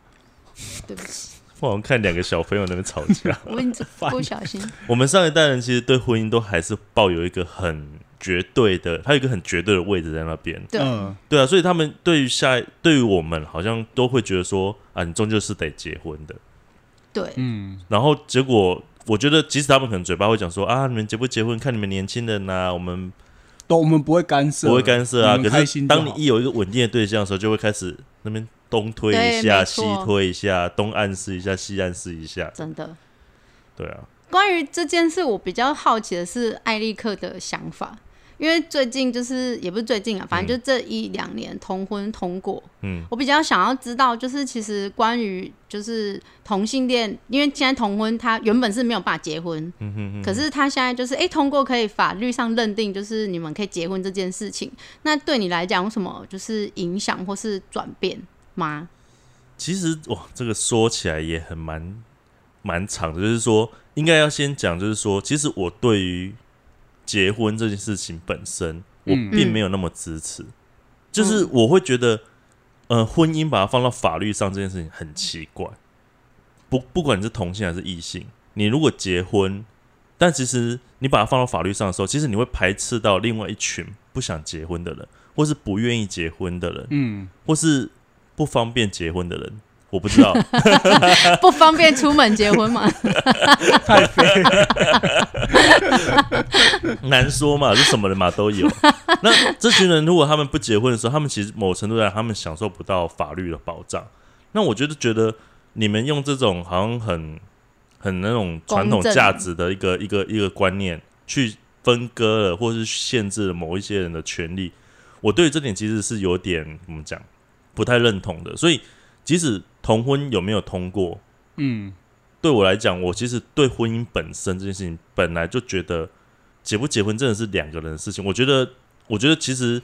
D: 对不起，
C: 我好像看两个小朋友在那边吵架。
D: 我 已经不小心。
C: 我们上一代人其实对婚姻都还是抱有一个很绝对的，还有一个很绝对的位置在那边。
D: 对，
B: 嗯，
C: 对啊，所以他们对于下一对于我们好像都会觉得说啊，你终究是得结婚的。
D: 对，
B: 嗯
C: 然后结果我觉得，即使他们可能嘴巴会讲说啊，你们结不结婚看你们年轻人啊呐、我们
B: 都我们不会干涉，
C: 不会干涉啊。
B: 你们
C: 可
B: 开
C: 是
B: 心就好
C: 当你一有一个稳定的对象的时候，就会开始那边东推一
D: 对
C: 下，
D: 没
C: 西
D: 错
C: 推一下，东暗示一下，西暗示一下。
D: 真的。
C: 对啊，
D: 关于这件事，我比较好奇的是艾利克的想法，因为最近就是也不是最近啊，反正就这一两年同婚通过，
C: 嗯，
D: 我比较想要知道，就是其实关于就是同性恋，因为现在同婚他原本是没有办法结婚，
C: 嗯
D: 可是他现在就是哎、诶通过可以法律上认定就是你们可以结婚这件事情，那对你来讲有什么就是影响或是转变 吗？
C: 其实哇，这个说起来也很蛮蛮长的，就是说应该要先讲，就是说，其实我对于结婚这件事情本身，我
B: 嗯
C: 并没有那么支持，就是我会觉得，呃，婚姻把它放到法律上这件事情很奇怪。不，不管你是同性还是异性，你如果结婚，但其实你把它放到法律上的时候，其实你会排斥到另外一群不想结婚的人，或是不愿意结婚的人，
B: 嗯，
C: 或是不方便结婚的人，我不知道。
D: 不方便出门结婚吗？
B: 太废了，
C: 难说嘛，是什么人嘛都有。那这群人如果他们不结婚的时候，他们其实某程度上他们享受不到法律的保障。那我觉得觉得你们用这种好像很很那种传统
D: 公正
C: 价值的一个一个一个观念去分割了，或是限制了某一些人的权利，我对这点其实是有点怎么讲不太认同的。所以即使同婚有没有通过，
B: 嗯，
C: 对我来讲，我其实对婚姻本身这件事情本来就觉得结不结婚真的是两个人的事情。我觉得，我觉得其实，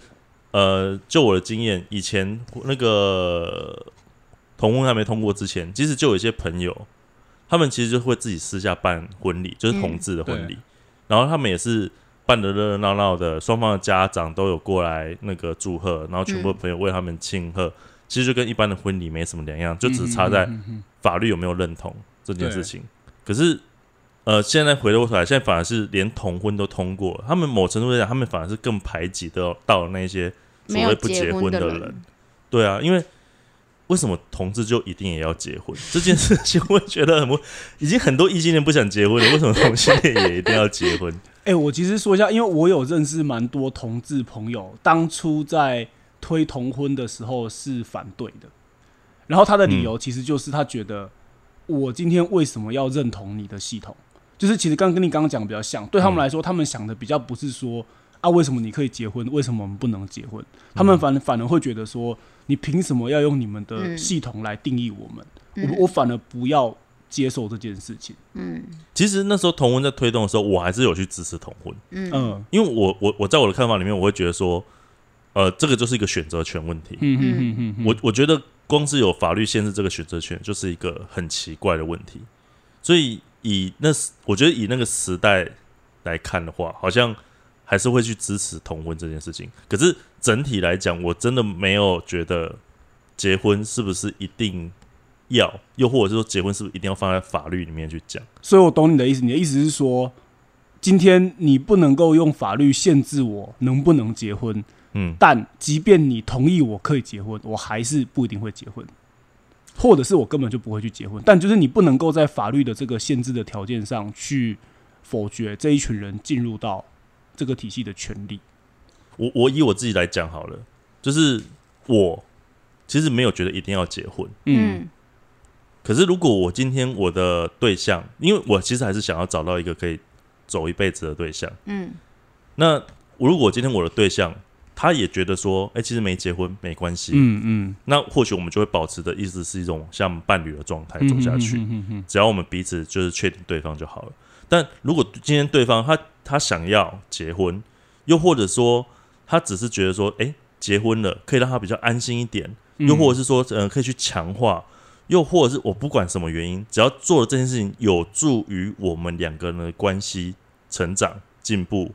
C: 呃，就我的经验，以前那个同婚还没通过之前，其实就有一些朋友，他们其实就会自己私下办婚礼，就是同志的婚礼，然后他们也是办的热热闹闹的，双方的家长都有过来那个祝贺，然后全部
B: 嗯
C: 的朋友为他们庆贺，其实就跟一般的婚礼没什么两样，就只是差在。
B: 嗯嗯嗯
C: 法律有没有认同这件事情。可是，呃，现在回过头来，现在反而是连同婚都通过了，他们某程度来讲，他们反而是更排挤到到那些 所
D: 没有
C: 谓不
D: 结
C: 结
D: 婚
C: 婚
D: 的
C: 人。，对啊，因为为什么同志就一定也要结婚 这件事情，我觉得很不，已经很多异性恋不想结婚了，为什么同性恋也一定要结婚？
B: 哎、我其实说一下，因为我有认识蛮多同志朋友，当初在推同婚的时候是反对的，然后他的理由其实就是他觉得我今天为什么要认同你的系统，就是其实刚跟你刚刚讲的比较像，对他们来说，他们想的比较不是说啊为什么你可以结婚，为什么我们不能结婚，他们反反而会觉得说你凭什么要用你们的
D: 嗯
B: 系统来定义我们，
D: 嗯
B: 我我反而不要接受这件事情，
D: 嗯
C: 其实那时候同婚在推动的时候，我还是有去支持同婚，
D: 嗯
B: 嗯
C: 因为我我我在我的看法里面，我会觉得说，呃，这个就是一个选择权问题。
B: 嗯嗯嗯嗯，
C: 我我觉得光是有法律限制这个选择权，就是一个很奇怪的问题。所以以那时我觉得以那个时代来看的话，好像还是会去支持同婚这件事情。可是整体来讲，我真的没有觉得结婚是不是一定要，又或者是说结婚是不是一定要放在法律里面去讲？
B: 所以我懂你的意思，你的意思是说，今天你不能够用法律限制我能不能结婚，
C: 嗯，
B: 但即便你同意我可以结婚，我还是不一定会结婚，或者是我根本就不会去结婚。但就是你不能够在法律的这个限制的条件上去否决这一群人进入到这个体系的权利。
C: 我我以我自己来讲好了，就是我其实没有觉得一定要结婚。
B: 嗯
D: 嗯
C: 可是如果我今天我的对象，因为我其实还是想要找到一个可以走一辈子的对象。
D: 嗯
C: 那如果今天我的对象他也觉得说，哎、其实没结婚没关系，
B: 嗯嗯，
C: 那或许我们就会保持的一直是一种像伴侣的状态走下去。
B: 嗯嗯嗯嗯
C: 只要我们彼此就是确定对方就好了。但如果今天对方他他想要结婚，又或者说他只是觉得说，哎、结婚了可以让他比较安心一点，又或者是说，嗯、可以去强化，又或者是我不管什么原因，只要做了这件事情，有助于我们两个人的关系成长、进步，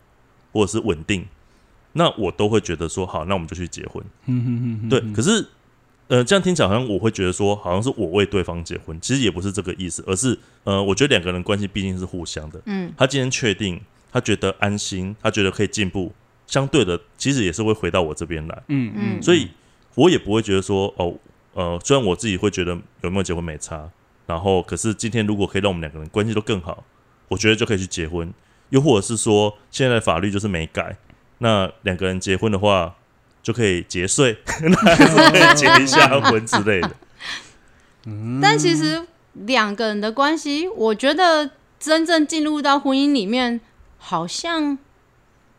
C: 或者是稳定，那我都会觉得说，好，那我们就去结婚。
B: 嗯哼哼，
C: 对，可是，呃，这样听起来好像我会觉得说，好像是我为对方结婚，其实也不是这个意思，而是，呃，我觉得两个人关系毕竟是互相的。
D: 嗯，
C: 他今天确定，他觉得安心，他觉得可以进步，相对的，其实也是会回到我这边来，
B: 嗯嗯
D: 嗯
C: 所以我也不会觉得说，哦，呃，虽然我自己会觉得有没有结婚没差，然后可是今天如果可以让我们两个人关系都更好，我觉得就可以去结婚，又或者是说现在的法律就是没改，那两个人结婚的话就可以节税， 那还是可以结一下婚之类的。
D: 但其实两个人的关系，我觉得真正进入到婚姻里面，好像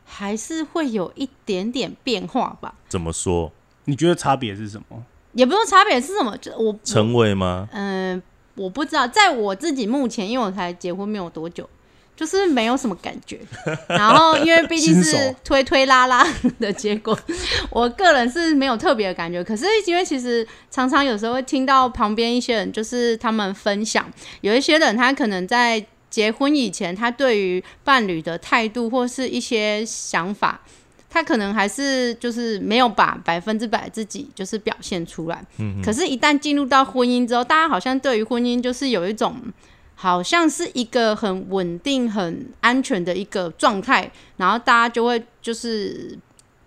D: 还是会有一点点变化吧。
C: 怎么说？
B: 你觉得差别是什么？
D: 也不用差别是什么，就我
C: 称谓吗？
D: 嗯、我不知道，在我自己目前，因为我才结婚没有多久，就是没有什么感觉。然后因为毕竟
B: 新
D: 是
B: 手
D: 推推拉拉的结果，我个人是没有特别的感觉。可是因为其实常常有时候会听到旁边一些人，就是他们分享，有一些人他可能在。结婚以前，他对于伴侣的态度或是一些想法，他可能还是就是没有把百分之百自己就是表现出来。可是，一旦进入到婚姻之后，大家好像对于婚姻就是有一种，好像是一个很稳定、很安全的一个状态，然后大家就会就是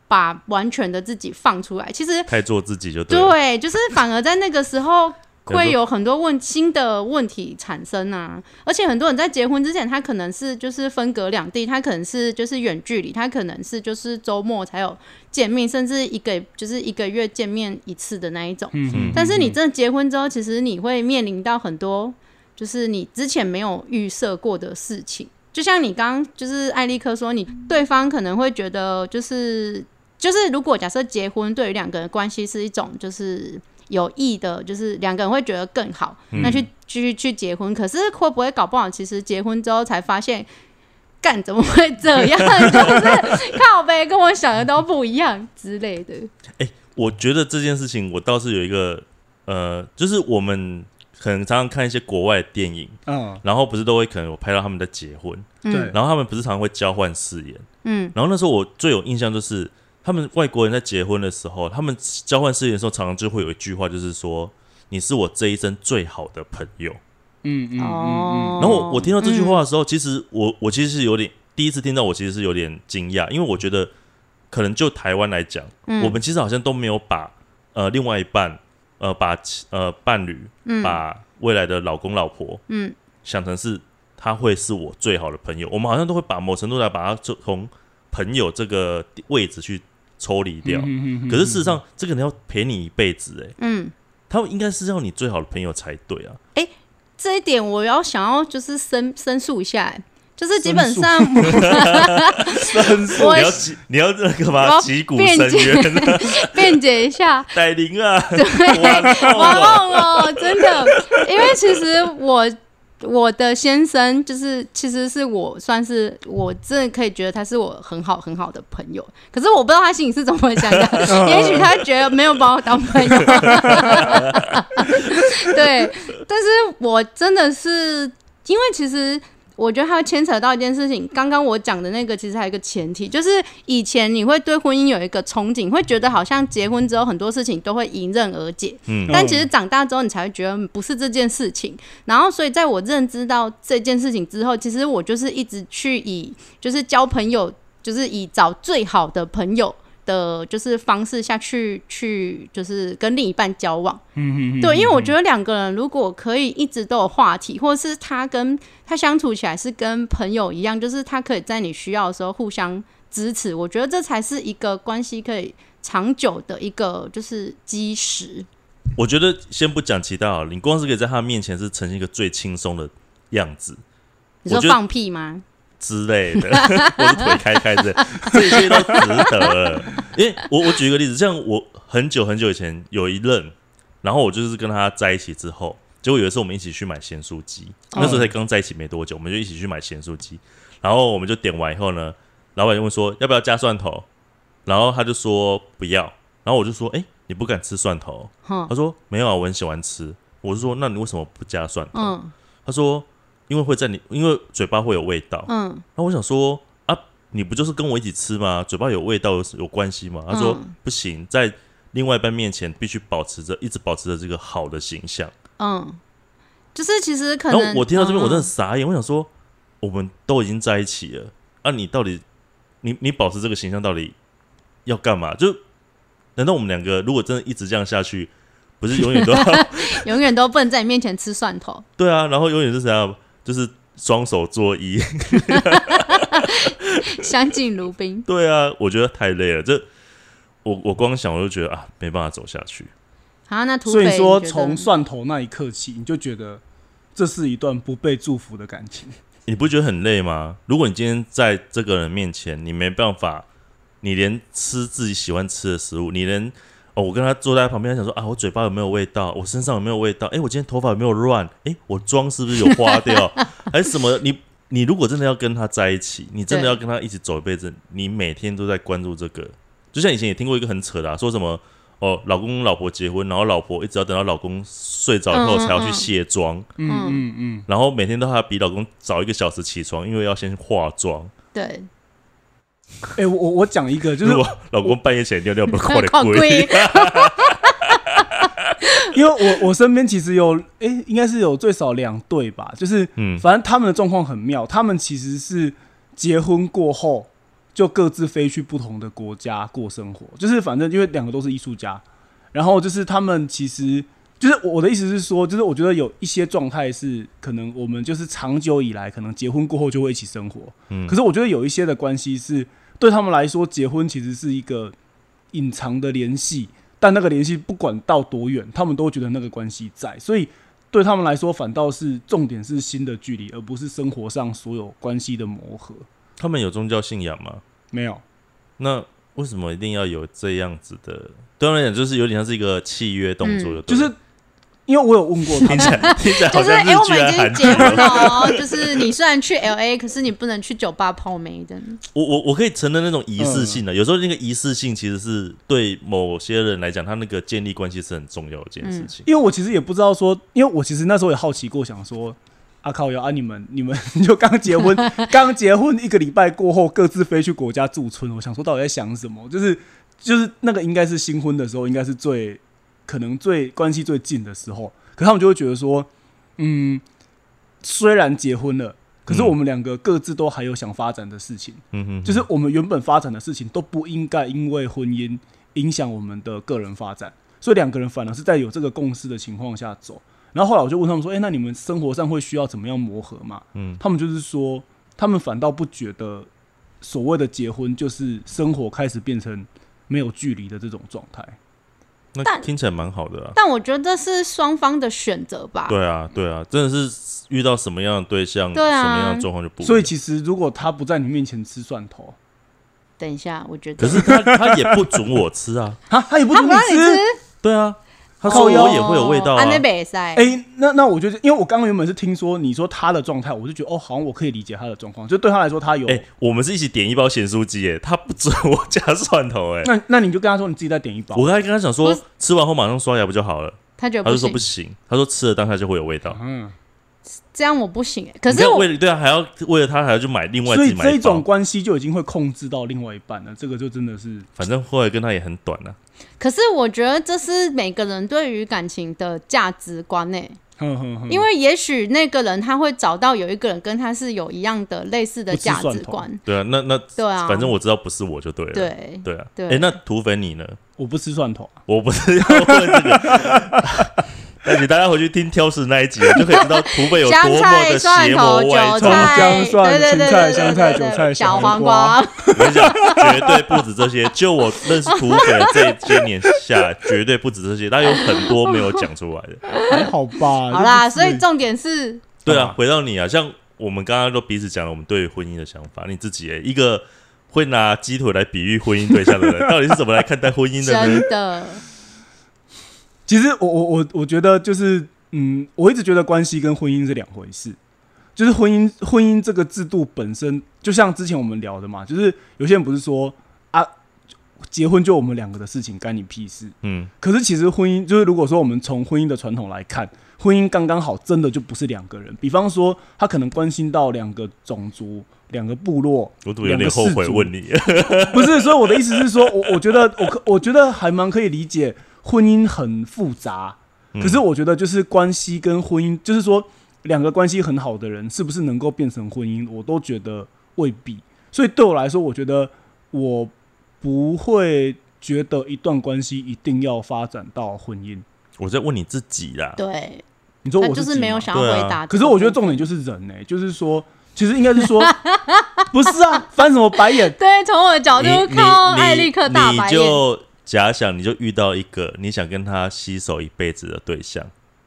D: 把完全的自己放出来。其实，
C: 太做自己就对了。
D: 对，就是反而在那个时候
C: 有时
D: 会
C: 候
D: 有很多问新的问题产生啊，而且很多人在结婚之前，他可能是就是分隔两地，他可能是就是远距离，他可能是就是周末才有见面，甚至一个就是一个月见面一次的那一种。
B: 嗯
C: 嗯
B: 哼，
D: 但是你真的结婚之后，其实你会面临到很多就是你之前没有预设过的事情。就像你刚刚就是艾利克说，你对方可能会觉得就是就是如果假设结婚对于两个人关系是一种就是有益的，就是两个人会觉得更好，那去继续去结婚。可是会不会搞不好，其实结婚之后才发现，干怎么会这样？ 就是靠呗，跟我想的都不一样之类的。
C: 我觉得这件事情，我倒是有一个，呃，就是我们可能常常看一些国外的电影，
B: 嗯，
C: 然后不是都会可能有拍到他们在结婚，
B: 对，
C: 然后他们不是常常会交换誓言，
D: 嗯，
C: 然后那时候我最有印象就是他们外国人在结婚的时候，他们交换誓言的时候，常常就会有一句话，就是说你是我这一生最好的朋友。
B: 嗯嗯
D: 哦嗯
B: 嗯，
C: 然后我我听到这句话的时候，其实我我其实是有点第一次听到，我其实是有点惊讶，因为我觉得可能就台湾来讲，
D: 嗯
C: 我们其实好像都没有把呃另外一半呃把其呃伴侣、把未来的老公老婆
D: 嗯
C: 想成是他会是我最好的朋友，我们好像都会把某程度来把他就从朋友这个位置去抽离掉。
B: 嗯
C: 可是事实上，这个人要陪你一辈子、欸，
D: 嗯。
C: 他应该是要你最好的朋友才对啊。
D: 这一点我要想要就是申申诉一下、欸，就是基本
B: 申诉
D: 上
C: 但是
D: 我
C: 你要击你要那个
D: 我
C: 嘛，
D: 要
C: 击鼓
D: 辩
C: 深
D: 解
C: 渊，
D: 辩解 一下，
C: 戴琳 啊，
D: 哇
C: 哇，啊
D: 哦，真的，因为其实我我的先生就是，其实是我算是我真的可以觉得他是我很好很好的朋友，可是我不知道他心里是怎么想的， 也许他觉得没有把我当朋友， 对，但是我真的是因为其实。我觉得它牵扯到一件事情，刚刚我讲的那个其实还有一个前提，就是以前你会对婚姻有一个憧憬，会觉得好像结婚之后很多事情都会迎刃而解，
C: 嗯
D: 但其实长大之后，你才会觉得不是这件事情。然后，所以在我认知到这件事情之后，其实我就是一直去以就是交朋友，就是以找最好的朋友的，就是方式下去去就是跟另一半交往。
B: 嗯嗯，
D: 对，因为我觉得两个人如果可以一直都有话题，或者是他跟他相处起来是跟朋友一样，就是他可以在你需要的时候互相支持，我觉得这才是一个关系可以长久的一个就是基石。
C: 我觉得先不讲其他好了，你光是可以在他面前是呈现一个最轻松的样子
D: 你说
C: 我觉得
D: 放屁吗？
C: 之类的， 或者腿开开的，这些都值得了。因为我我举一个例子，像我很久很久以前有一任，然后我就是跟他在一起之后，结果有一次我们一起去买咸酥鸡，那时候才刚在一起没多久，我们就一起去买咸酥鸡，然后我们就点完以后呢，老板就问说要不要加蒜头，然后他就说不要，然后我就说，哎、你不敢吃蒜头？
D: 哼
C: 他说没有啊，我很喜欢吃。我就说，那你为什么不加蒜头？
D: 嗯
C: 他说，因为会在你，因为嘴巴会有味道。
D: 嗯，
C: 然后我想说啊，你不就是跟我一起吃吗？嘴巴有味道有有关系吗？他说、
D: 嗯
C: 不行，在另外一半面前必须保持着一直保持着这个好的形象。
D: 嗯，就是其实可
C: 然后
D: 能
C: 我听到这边我真的
D: 嗯
C: 傻眼，我想说我们都已经在一起了，啊，你到底你你保持这个形象到底要干嘛？就难道我们两个如果真的一直这样下去，不是永远都要
D: 嗯永远都不能在你面前吃蒜头，
C: 对啊？然后永远是怎样？就是双手作揖。
D: 相敬如宾。
C: 对啊，我觉得太累了。这我我光想我就觉得啊，没办法走下去。
D: 啊，那土
B: 所
D: 匪
B: 以说，
D: 你觉得
B: 从蒜头那一刻起，你就觉得这是一段不被祝福的感情。
C: 你不觉得很累吗？如果你今天在这个人面前，你没办法，你连吃自己喜欢吃的食物，你连哦，我跟他坐在他旁边，他想说啊，我嘴巴有没有味道？我身上有没有味道？诶，我今天头发有没有乱？诶，我妆是不是有花掉？ 还是什么？你你如果真的要跟他在一起，你真的
D: 对
C: 要跟他一起走一辈子，你每天都在关注这个。就像以前也听过一个很扯的、啊，说什么哦，老公跟老婆结婚，然后老婆一直要等到老公睡着以后
D: 嗯嗯
C: 才要去
D: 嗯
C: 卸妆。
B: 嗯
D: 嗯
B: 嗯嗯，
C: 然后每天都还要比老公早一个小时起床，因为要先化妆。
D: 对，
B: 哎、我我我讲一个， 就是
C: 如果老公半夜起来尿 尿，不是快点
D: 靠
C: 跪
D: 龟。
B: 因为我我身边其实有，哎、应该是有最少两对吧，就是
C: 嗯，
B: 反正他们的状况很妙，他们其实是结婚过后就各自飞去不同的国家过生活，就是反正因为两个都是艺术家，然后就是他们其实就是我的意思是说，就是我觉得有一些状态是可能我们就是长久以来可能结婚过后就会一起生活，
C: 嗯
B: 可是我觉得有一些的关系是对他们来说，结婚其实是一个隐藏的联系，但那个联系不管到多远，他们都觉得那个关系在，所以对他们来说，反倒是重点是新的距离，而不是生活上所有关系的磨合。
C: 他们有宗教信仰吗？
B: 没有，
C: 那为什么一定要有这样子的？对他们来讲，就是有点像是一个契约动作
D: 嗯
C: 对
B: 就
C: 了，
B: 是因为我有问过他
C: 听
B: 们，
C: 起来 听起来
D: 就
C: 好
D: 是
C: 像
D: 哎、诶
C: 日
D: 我
C: 剧
D: 们已
C: 还韩
D: 经
C: 剧
D: 结婚
C: 哦。
D: 了哦， 就是你虽然去 L A，可是你不能去酒吧泡妹的。
C: 我我我可以承认那种仪式性
D: 嗯
C: 的，有时候那个仪式性其实是对某些人来讲，他那个建立关系是很重要的一件事情。
B: 因为我其实也不知道说，因为我其实那时候也好奇过，想说。啊靠呀！啊你们你们就刚 结婚，刚结婚一个礼拜过后，各自飞去国家驻村。我想说，到底在想什么？就是就是那个应该是新婚的时候，应该是最可能最关系最近的时候。可他们就会觉得说，嗯，虽然结婚了，可是
C: 嗯
B: 我们两个各自都还有想发展的事情。
C: 嗯哼哼，
B: 就是我们原本发展的事情都不应该因为婚姻影响我们的个人发展，所以两个人反而是在有这个共识的情况下走。然后后来我就问他们说：“哎、那你们生活上会需要怎么样磨合吗？”
C: 嗯
B: 他们就是说，他们反倒不觉得所谓的结婚就是生活开始变成没有距离的这种状态。
C: 那
D: 但
C: 听起来蛮好的啊。
D: 但我觉得是双方的选择吧。
C: 对啊，对啊，真的是遇到什么样的对象，
D: 对啊
C: 什么样的状况就不一样。
B: 所以其实如果他不在你面前吃蒜头，
D: 等一下，我觉得
C: 可是他他也不准我吃啊，
B: 啊，他也不
D: 他
B: 准
D: 不
B: 你
D: 让你
B: 吃
D: 吃。，
C: 对啊，他说我也会有味道啊
D: 哦，安内北塞。
B: 哎、那那我就是因为我刚刚原本是听说你说他的状态，我就觉得哦，好像我可以理解他的状况，就对他来说他有。
C: 哎、我们是一起点一包咸酥鸡，哎，他不准我加蒜头、哎，
B: 那那你就跟他说你自己再点一包。
C: 我刚才跟他讲
D: 不
C: 说
D: 是，
C: 吃完后马上刷牙不就好了？
D: 他觉得
C: 他就
D: 不
C: 说
D: 行，
C: 不行，他说吃了当下就会有味道。
B: 嗯，
D: 这样我不行、可
C: 你
D: 是
C: 看
D: 我
C: 为了对啊，还要为了他还要去买另外
B: 所
C: 自己
B: 以
C: 买
B: 这
C: 一
B: 一种
C: 包，
B: 关系就已经会控制到另外一半了，这个就真的是
C: 反正后来跟他也很短啊。
D: 可是我觉得这是每个人对于感情的价值观呢、
B: 哼哼哼，
D: 因为也许那个人他会找到有一个人跟他是有一样的类似的
B: 不吃
D: 价值
B: 蒜头
D: 观，
C: 对啊，那那、
D: 对啊，
C: 反正我知道不是我就对了。
D: 对
C: 对啊，
D: 对
C: 哎、那土匪你呢？
B: 我不吃蒜头啊，
C: 我不是要问这个。 而且大家回去听挑食那一集，就可以知道土匪有
D: 香
C: 多么
D: 菜、
C: 的
D: 蒜
C: 邪
D: 头、
C: 魔
D: 韭
C: 外
B: 葱
C: 传。
D: 菜、
B: 姜蒜
D: 对对对
B: 芹菜
D: 对对
B: 香菜
D: 对对
B: 韭菜
D: 小
B: 小黄
D: 瓜，
C: 我跟你讲，绝对不止这些。就我认识土匪的这些年下来，绝对不止这些，但有很多没有讲出来的。
B: 还好 吧？
D: 好啦，
B: 就不
D: 所
B: 是
D: 以重点是，
C: 对
B: 干
C: 啊
B: 嘛，
C: 回到你啊，像我们刚刚都彼此讲了我们对婚姻的想法，你自己耶一个会拿鸡腿来比喻婚姻对象的 人，到底是怎么来看待婚姻的呢
D: 真？的，
B: 其实我我我我觉得就是嗯，我一直觉得关系跟婚姻是两回事。就是婚姻，婚姻这个制度本身，就像之前我们聊的嘛，就是有些人不是说啊，结婚就我们两个的事情，干你屁事。
C: 嗯，
B: 可是其实婚姻就是，如果说我们从婚姻的传统来看，婚姻刚刚好，真的就不是两个人。比方说，他可能关心到两个种族、两个部落，
C: 我怎么有点后悔问你？
B: 不是，所以我的意思是说，我我觉得我可我觉得还蛮可以理解，婚姻很复杂，可是我觉得就是关系跟婚姻，就是说两个关系很好的人，是不是能够变成婚姻，我都觉得未必。所以对我来说，我觉得我不会觉得一段关系一定要发展到婚姻。
C: 我在问你自己啦。
D: 对，
B: 你说
D: 他
B: 我
D: 就是是没有
B: 想，
D: 想要
C: 对啊
D: 回答。
B: 可是我觉得重点就是人呢、欸就是说，其实应该是说，不是啊，翻什么白眼？
D: 对，从我的角度
C: 你你
D: 看，
C: 你
D: 艾利克大白
C: 你
D: 眼。
C: 就假想你就遇到一个你想跟他携手一辈子的对象，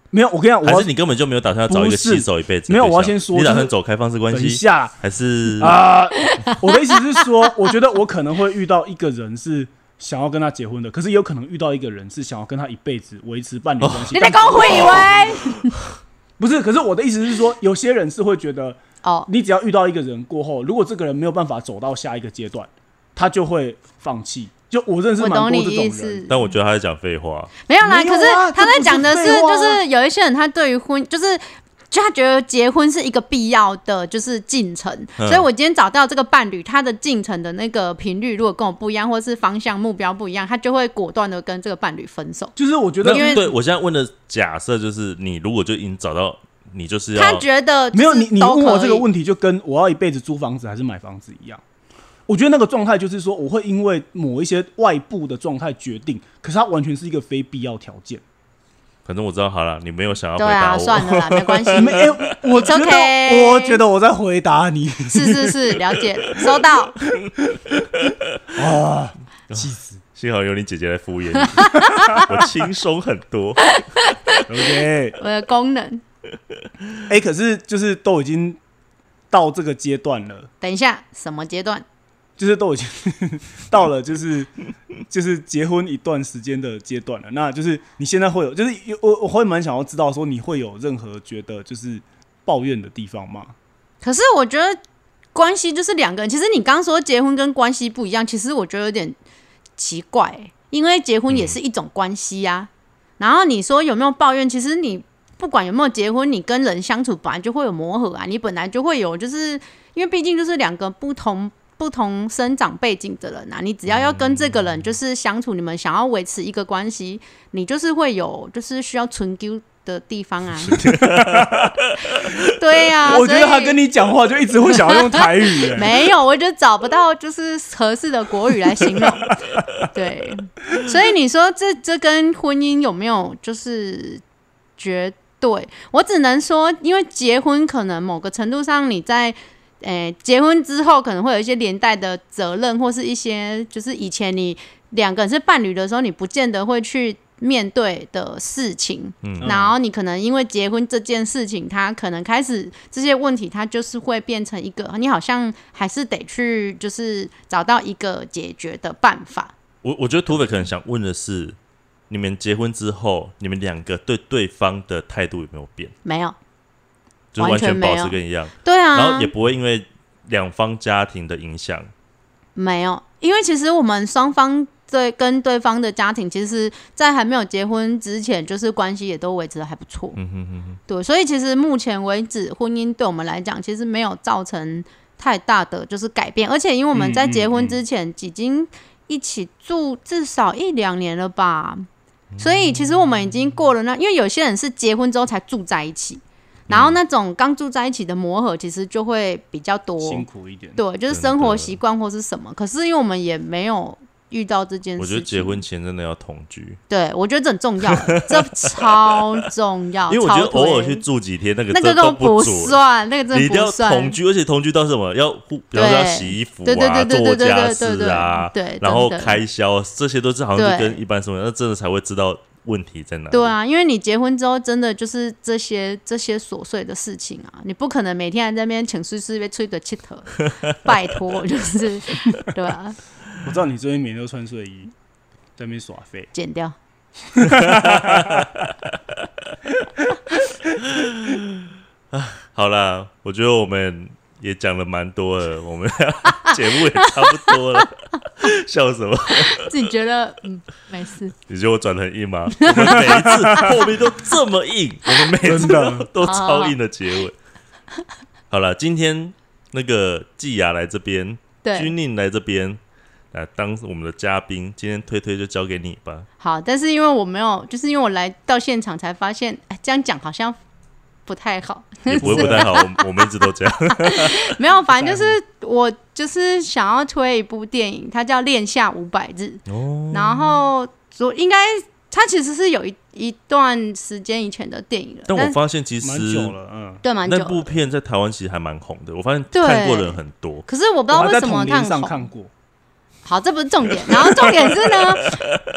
B: 没有，我跟你讲，我
C: 还
B: 要
C: 是你根本就没有打算要找一个
B: 不是
C: 携手一辈子的对象？
B: 没有我要先说
C: 你打
B: 就
C: 算
B: 是
C: 走开放式关
B: 等一
C: 系，
B: 下。
C: 还是
B: 啊、我的意思是说，我觉得我可能会遇到一个人是想要跟他结婚的，可是也有可能遇到一个人是想要跟他一辈子维持伴侣关系。
D: 哦你在
B: 但
D: 跟我以为？
B: 不是？可是我的意思是说，有些人是会觉得，
D: 哦，
B: 你只要遇到一个人过后，如果这个人没有办法走到下一个阶段，他就会放弃。就我认识
D: 我
B: 蛮多
D: 懂你
B: 这
D: 意
B: 种人，
D: 思。
C: 但我觉得他在讲废话。
D: 没有
B: 没
D: 啦，
B: 有
D: 可
B: 啊
D: 是他在讲的
B: 这
D: 是，
B: 不是废
D: 就
B: 话啊
D: 是有一些人他对于婚，就是就他觉得结婚是一个必要的，就是进程。
C: 嗯
D: 所以我今天找到这个伴侣，他的进程的那个频率如果跟我不一样，或是方向目标不一样，他就会果断的跟这个伴侣分手。
B: 就是我觉
C: 那
B: 得
D: 因为
C: 对我现在问的假设就是，你如果就已经找到，你就是
D: 他
C: 要
D: 觉得
B: 没有你，你问我这个
D: 题，
B: 问题，就跟我要一辈子租房子还是买房子一样。我觉得那个状态就是说，我会因为某一些外部的状态决定，可是它完全是一个非必要条件。
C: 反正我知道好了，你没有想要回
D: 对
C: 答
D: 啊，
C: 我。
D: 算了啦，没关系，
B: 没，欸我
D: It's
B: 觉得
D: okay
B: 我觉得我在回答你
D: 是是是，了解，收到。
B: 啊，气死。
C: 幸好有你姐姐来敷衍你， 我轻松很多。
B: OK，
D: 我的功能，
B: 哎、可是就是都已经到这个阶段了，
D: 等一下什么阶段？
B: 就是都已经 到了就是就是结婚一段时间的阶段了。那就是你现在会有，就是有我我会蛮想要知道说你会有任何觉得就是抱怨的地方吗？
D: 可是我觉得关系就是两个人。其实你刚刚说结婚跟关系不一样，其实我觉得有点奇怪欸、因为结婚也是一种关系
B: 嗯
D: 呀、然后你说有没有抱怨？其实你不管有没有结婚，你跟人相处本来就会有磨合啊，你本来就会有，就是因为毕竟就是两个不同。不同生长背景的人啊，你只要要跟这个人就是相处，你们想要维持一个关系，你就是会有就是需要存丢的地 方啊。 对啊呀、
B: 我觉得
D: 所以
B: 他跟你讲话就一直会想要用台语、 欸，
D: 没有，我就找不到就是合适的国语来形容。对，所以你说这这跟婚姻有没有就是绝对？我只能说，因为结婚可能某个程度上你在。诶、结婚之后可能会有一些连带的责任，或是一些就是以前你两个人是伴侣的时候，你不见得会去面对的事情。
C: 嗯
D: 然后你可能因为结婚这件事情，他可能开始这些问题，他就是会变成一个你好像还是得去就是找到一个解决的办法。
C: 我我觉得土匪可能想问的是，你们结婚之后，你们两个对对方的态度有没有变？
D: 没有，
C: 就是
D: 完全
C: 全保
D: 没
C: 持
D: 有
C: 跟一样，
D: 对啊，
C: 然后也不会因为两方家庭的影响。
D: 没有，因为其实我们双方对跟对方的家庭，其实，在还没有结婚之前，就是关系也都维持的还不错。
C: 嗯哼哼哼，
D: 对，所以其实目前为止，婚姻对我们来讲，其实没有造成太大的就是改变，而且因为我们在结婚之前已经一起住至少一两年了吧，所以其实我们已经过了那，因为有些人是结婚之后才住在一起，然后那种刚住在一起的磨合，其实就会比较多，
B: 辛苦一点。
D: 对，就是
C: 真
D: 生
C: 的
D: 活习惯或是什么。可是因为我们也没有遇到这件事情，
C: 我觉得结婚前真的要同居，
D: 对我觉得这很重要，这 超重要，
C: 因为我觉得
D: 超推
C: 偶尔去住几天，那个
D: 那
C: 真
D: 个
C: 的
D: 都
C: 都
D: 不
C: 足。
D: 算，那个
C: 你
D: 真
C: 一
D: 的
C: 定要
D: 不算。
C: 同居，而且同居到什么要互，比方说要
D: 对
C: 洗衣服
D: 对对
C: 啊、
D: 对对
C: 做
D: 对对
C: 家
D: 对对
C: 事
D: 对
C: 啊，
D: 对，
C: 然后
D: 真的
C: 开销，这些都是好像就
D: 对
C: 跟一般生活一样，那真的才会知道问题在哪里。
D: 对啊，因为你结婚之后，真的就是这些这些琐碎的事情啊，你不可能每天还在那边请睡睡被吹的气头，拜托， 就是对啊，
B: 我知道你最近每天都穿睡衣，在那边耍废。
D: 剪掉。
C: 好啦，我觉得我们也讲了蛮多了，我们 节目也差不多了，, 笑什么？
D: 自己觉得嗯没事，
C: 你觉得我转得很硬吗？我们每一次 破冰都这么硬，我们每次
B: 真的
D: 哦
C: 都超硬的结尾。好了，今天那个季雅来这边，
D: 对，
C: 君令来这边，来当我们的嘉宾。今天推推就交给你 吧。
D: 好，但是因为我没有，就是因为我来到现场才发现，哎，这样讲好像不太好，
C: 也不会不太好，我们我们一直都 这样。
D: 没有，反正就是我就是想要推一部电影，它叫《恋下五百日》，
B: 嗯
C: 哦，
D: 然后昨应该它其实是有一一段时间以前的电影了，
C: 但
D: 但
C: 我发现其
B: 蛮
C: 实
B: 久了，嗯，
D: 对蛮久
C: 那部
D: 了，
C: 片在台湾其实还蛮红的，我发现
D: 对
C: 看过的人很多。
D: 可是我不知
B: 我还
D: 道为
B: 在
D: 什么
B: 统
D: 它
B: 联
D: 很
B: 上
D: 红。
B: 看过，
D: 好，这不是重点。然后重点是呢，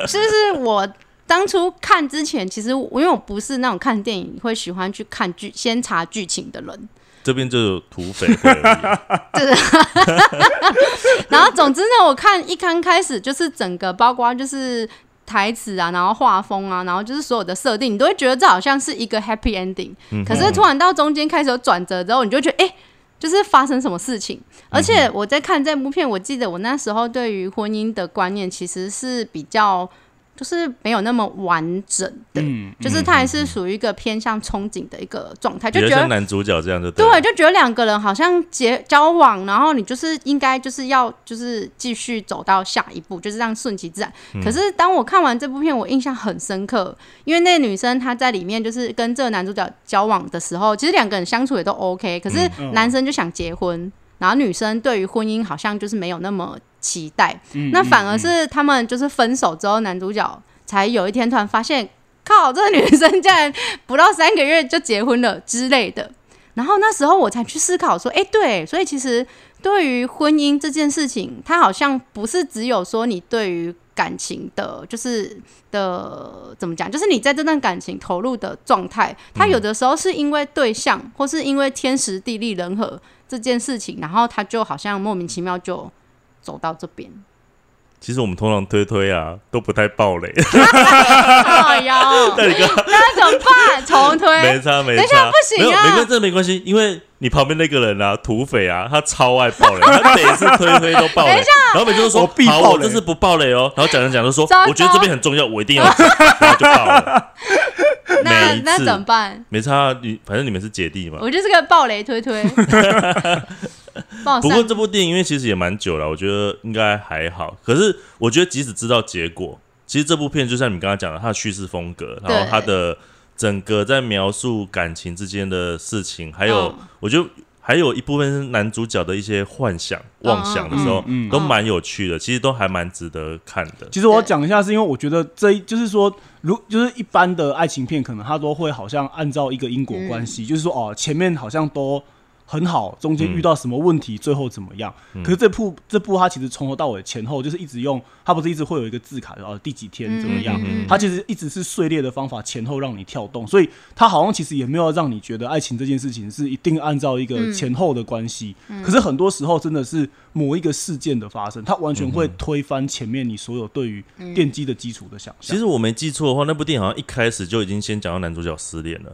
D: 就是我当初看之前，其实我因为我不是那种看电影会喜欢去看剧、先查剧情的人。
C: 这边就有土匪会而已
D: 然后总之呢，我看一刚开始就是整个包括就是台词啊，然后画风啊，然后就是所有的设定，你都会觉得这好像是一个 happy ending。
C: 嗯
D: 可是突然到中间开始有转折之后，你就觉得哎、诶就是发生什么事情。而且
B: 嗯
D: 我在看这部片，我记得我那时候对于婚姻的观念其实是比较就是没有那么完整的，
B: 嗯，
D: 就是它还是属于一个偏向憧憬的一个状态，就
C: 比较
D: 觉得
C: 像男主角这样就对了。
D: 对，啊就觉得两个人好像结交往，然后你就是应该就是要就是继续走到下一步，就是这样顺其自然。
B: 嗯
D: 可是当我看完这部片，我印象很深刻，因为那女生她在里面就是跟这个男主角交往的时候，其实两个人相处也都 OK，可是
B: 嗯
D: 男生就想结婚，然后女生对于婚姻好像就是没有那么期待，
B: 嗯
D: 那反而是他们就是分手之后，男主角才有一天突然发现，靠，这个女生竟然不到三个月就结婚了之类的。然后那时候我才去思考说，哎，对，所以其实对于婚姻这件事情，它好像不是只有说你对于感情的，就是的怎么讲，就是你在这段感情投入的状态，它有的时候是因为对象，或是因为天时地利人和这件事情，然后它就好像莫名其妙就走到这边。
C: 其实我们通常推推啊都不太爆雷，
D: 啊靠腰，
C: 但你刚
D: 那怎么办？重
C: 没
D: 推？
C: 差没
D: 哎等一下
C: 差，
D: 不行
C: 没有
D: 啊
C: 没关系，这没关系，因为你旁边那个人啊，土匪啊，他超爱爆雷，他每次推推都爆雷，
D: 等一
C: 然后每次都说
B: 我必
C: 好，
B: 爆
C: 我
B: 雷
C: 这次不爆雷哦，然后讲着讲着说，
D: 糟糕
C: 我觉得这边很重要，我一定要 讲，然后就爆了，
D: 那
C: 每一
D: 那怎么
C: 次
D: 办？
C: 没差啊，你反正你们是姐弟嘛。
D: 我就是个暴雷 推推，暴
C: 不过
D: 散。
C: 这部电影因为其实也蛮久了，我觉得应该还好。可是我觉得即使知道结果，其实这部片就像你刚刚讲的，它的叙事风格，然后
D: 对
C: 它的整个在描述感情之间的事情，还有、
D: 嗯
C: 我觉得还有一部分是男主角的一些幻想、妄想的时候，
B: 嗯嗯嗯
C: 都蛮有趣的，其实都还蛮值得看的。
B: 其实我要讲一下，是因为我觉得这一就是说，如就是一般的爱情片，可能它都会好像按照一个因果关
D: 嗯
B: 系，就是说哦，前面好像都很好，中间遇到什么问题，最后怎么样。
D: 嗯
B: 可是这部这部它其实从头到尾前后就是一直用，它不是一直会有一个字卡，哦，第几天怎么样，
D: 嗯嗯嗯
B: 它其实一直是碎裂的方法前后让你跳动，所以它好像其实也没有让你觉得爱情这件事情是一定按照一个前后的关系。可是很多时候真的是某一个事件的发生，它完全会推翻前面你所有对于电机的基础的想象。
C: 其实我没记错的话，那部电影好像一开始就已经先讲到男主角失恋了，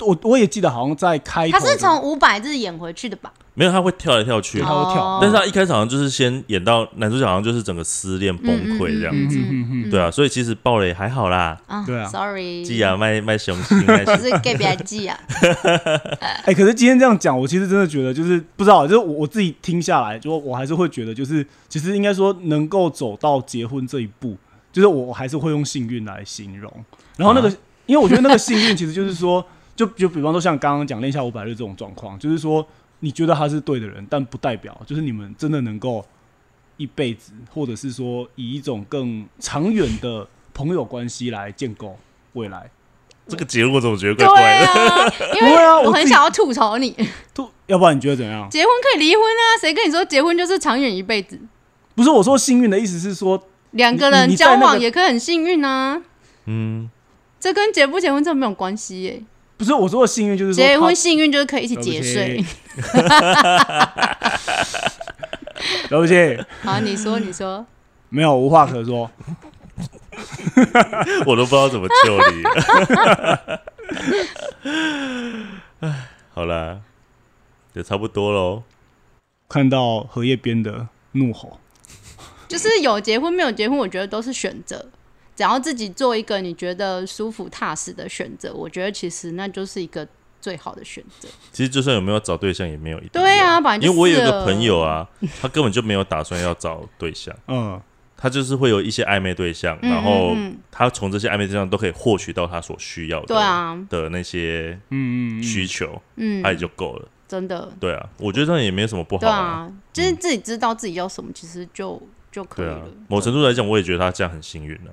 B: 我我也记得好像在开头
D: 他
B: 的，
D: 是从五百日演回去的吧？
C: 没有他会跳来跳去，
B: 他会跳
D: 哦
C: 但是他一开始好像就是先演到男主角好像就是整个失恋崩溃这样
B: 嗯
C: 子，
B: 嗯嗯嗯，
C: 对啊，所以其实爆雷还好啦。
D: 啊
B: 对啊
D: ，sorry，
C: 记啊，卖卖雄心，卖
D: 我
C: 雄
D: 是 gay 别 记啊，
B: 哎、可是今天这样讲，我其实真的觉得就是不知道，就是我我自己听下来，就我还是会觉得，就是其实应该说能够走到结婚这一步，就是我我还是会用幸运来形容。然后那个，因为我觉得那个幸运其实就是说，就就比方说像刚刚讲《恋下五百日》这种状况，就是说你觉得他是对的人，但不代表就是你们真的能够一辈子，或者是说以一种更长远的朋友关系来建构未来。
C: 这个结果怎么觉得怪
D: 对
C: 怪的？
D: 啊，因
B: 不会
D: 为
B: 啊
D: 我
B: 我自己
D: 很想要吐槽你，
B: 都，要不然你觉得怎样？
D: 结婚可以离婚啊，谁跟你说结婚就是长远一辈子？
B: 不是我说幸运的意思是说
D: 两个
B: 你
D: 人
B: 你在那
D: 交
B: 个
D: 往也可以很幸运啊，
C: 嗯，
D: 这跟结不结婚这没有关系耶。
B: 不是我说的幸运，就是说
D: 结
B: 他
D: 婚幸运就是可以一起
B: 对不
D: 节
B: 起
D: 税。
B: 对不起，
D: 好，你说，你说，
B: 没有无话可说。
C: 我都不知道怎么救你。 唉，好啦，也差不多喽。
B: 看到荷叶边的怒吼，
D: 就是有结婚没有结婚，我觉得都是选择。只要自己做一个你觉得舒服踏实的选择，我觉得其实那就是一个最好的选择。
C: 其实就算有没有找对象，也没有一定
D: 对
C: 要
D: 啊，本来就
C: 因为我有一
D: 是
C: 个
D: 了
C: 朋友，啊，他根本就没有打算要找对象，
B: 嗯，
C: 他就是会有一些暧昧对象，
D: 嗯
C: 然后
D: 嗯嗯
C: 他从这些暧昧对象都可以获取到他所需要的
D: 对啊，
C: 的那些
B: 嗯嗯嗯
C: 需求，他也
D: 嗯，
C: 就够了。
D: 真的，
C: 对啊，我觉得这样也没什么不好嗯
D: 对。啊，就是自己知道自己要什么，其实就就可以
C: 对啊
D: 了。，
C: 某程度来讲，我也觉得他这样很幸运了、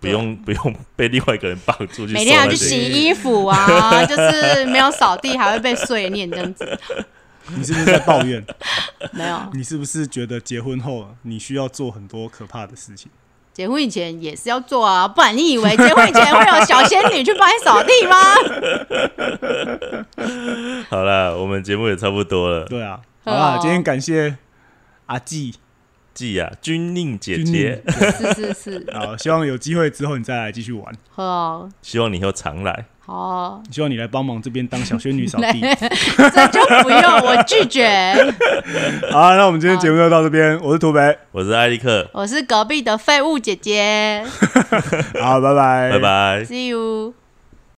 C: 不
D: 对啊
C: 用 不用被另外一个人绑住去
D: 每天还要
C: 受
D: 去
C: 那些
D: 洗衣 服啊，就是没有扫地还会被碎念这样子，
B: 你是不是在抱怨？
D: 没有。
B: 你是不是觉得结婚后你需要做很多可怕的事情？
D: 结婚以前也是要做啊，不然你以为结婚以前会有小仙女去帮你扫地吗？
C: 好了，我们节目也差不多了。
B: 对啊，好
D: 哦
B: 啦，今天感谢阿纪
C: 季啊，君令姐
B: 君
C: 姐，
B: 宁，
D: 是是是，
B: 好，希望有机会之后你再来继续玩，
D: 好哦，
C: 希望你以后常来。
D: 好哦，
B: 希望你来帮忙这边当小仙女扫 地。
D: 这就不用，我拒绝。
B: 好啊，那我们今天节目就到这边，我是土北，
C: 我是艾利克，
D: 我是隔壁的废物姐姐
B: 好，拜拜，
C: 拜拜。
D: ，See you。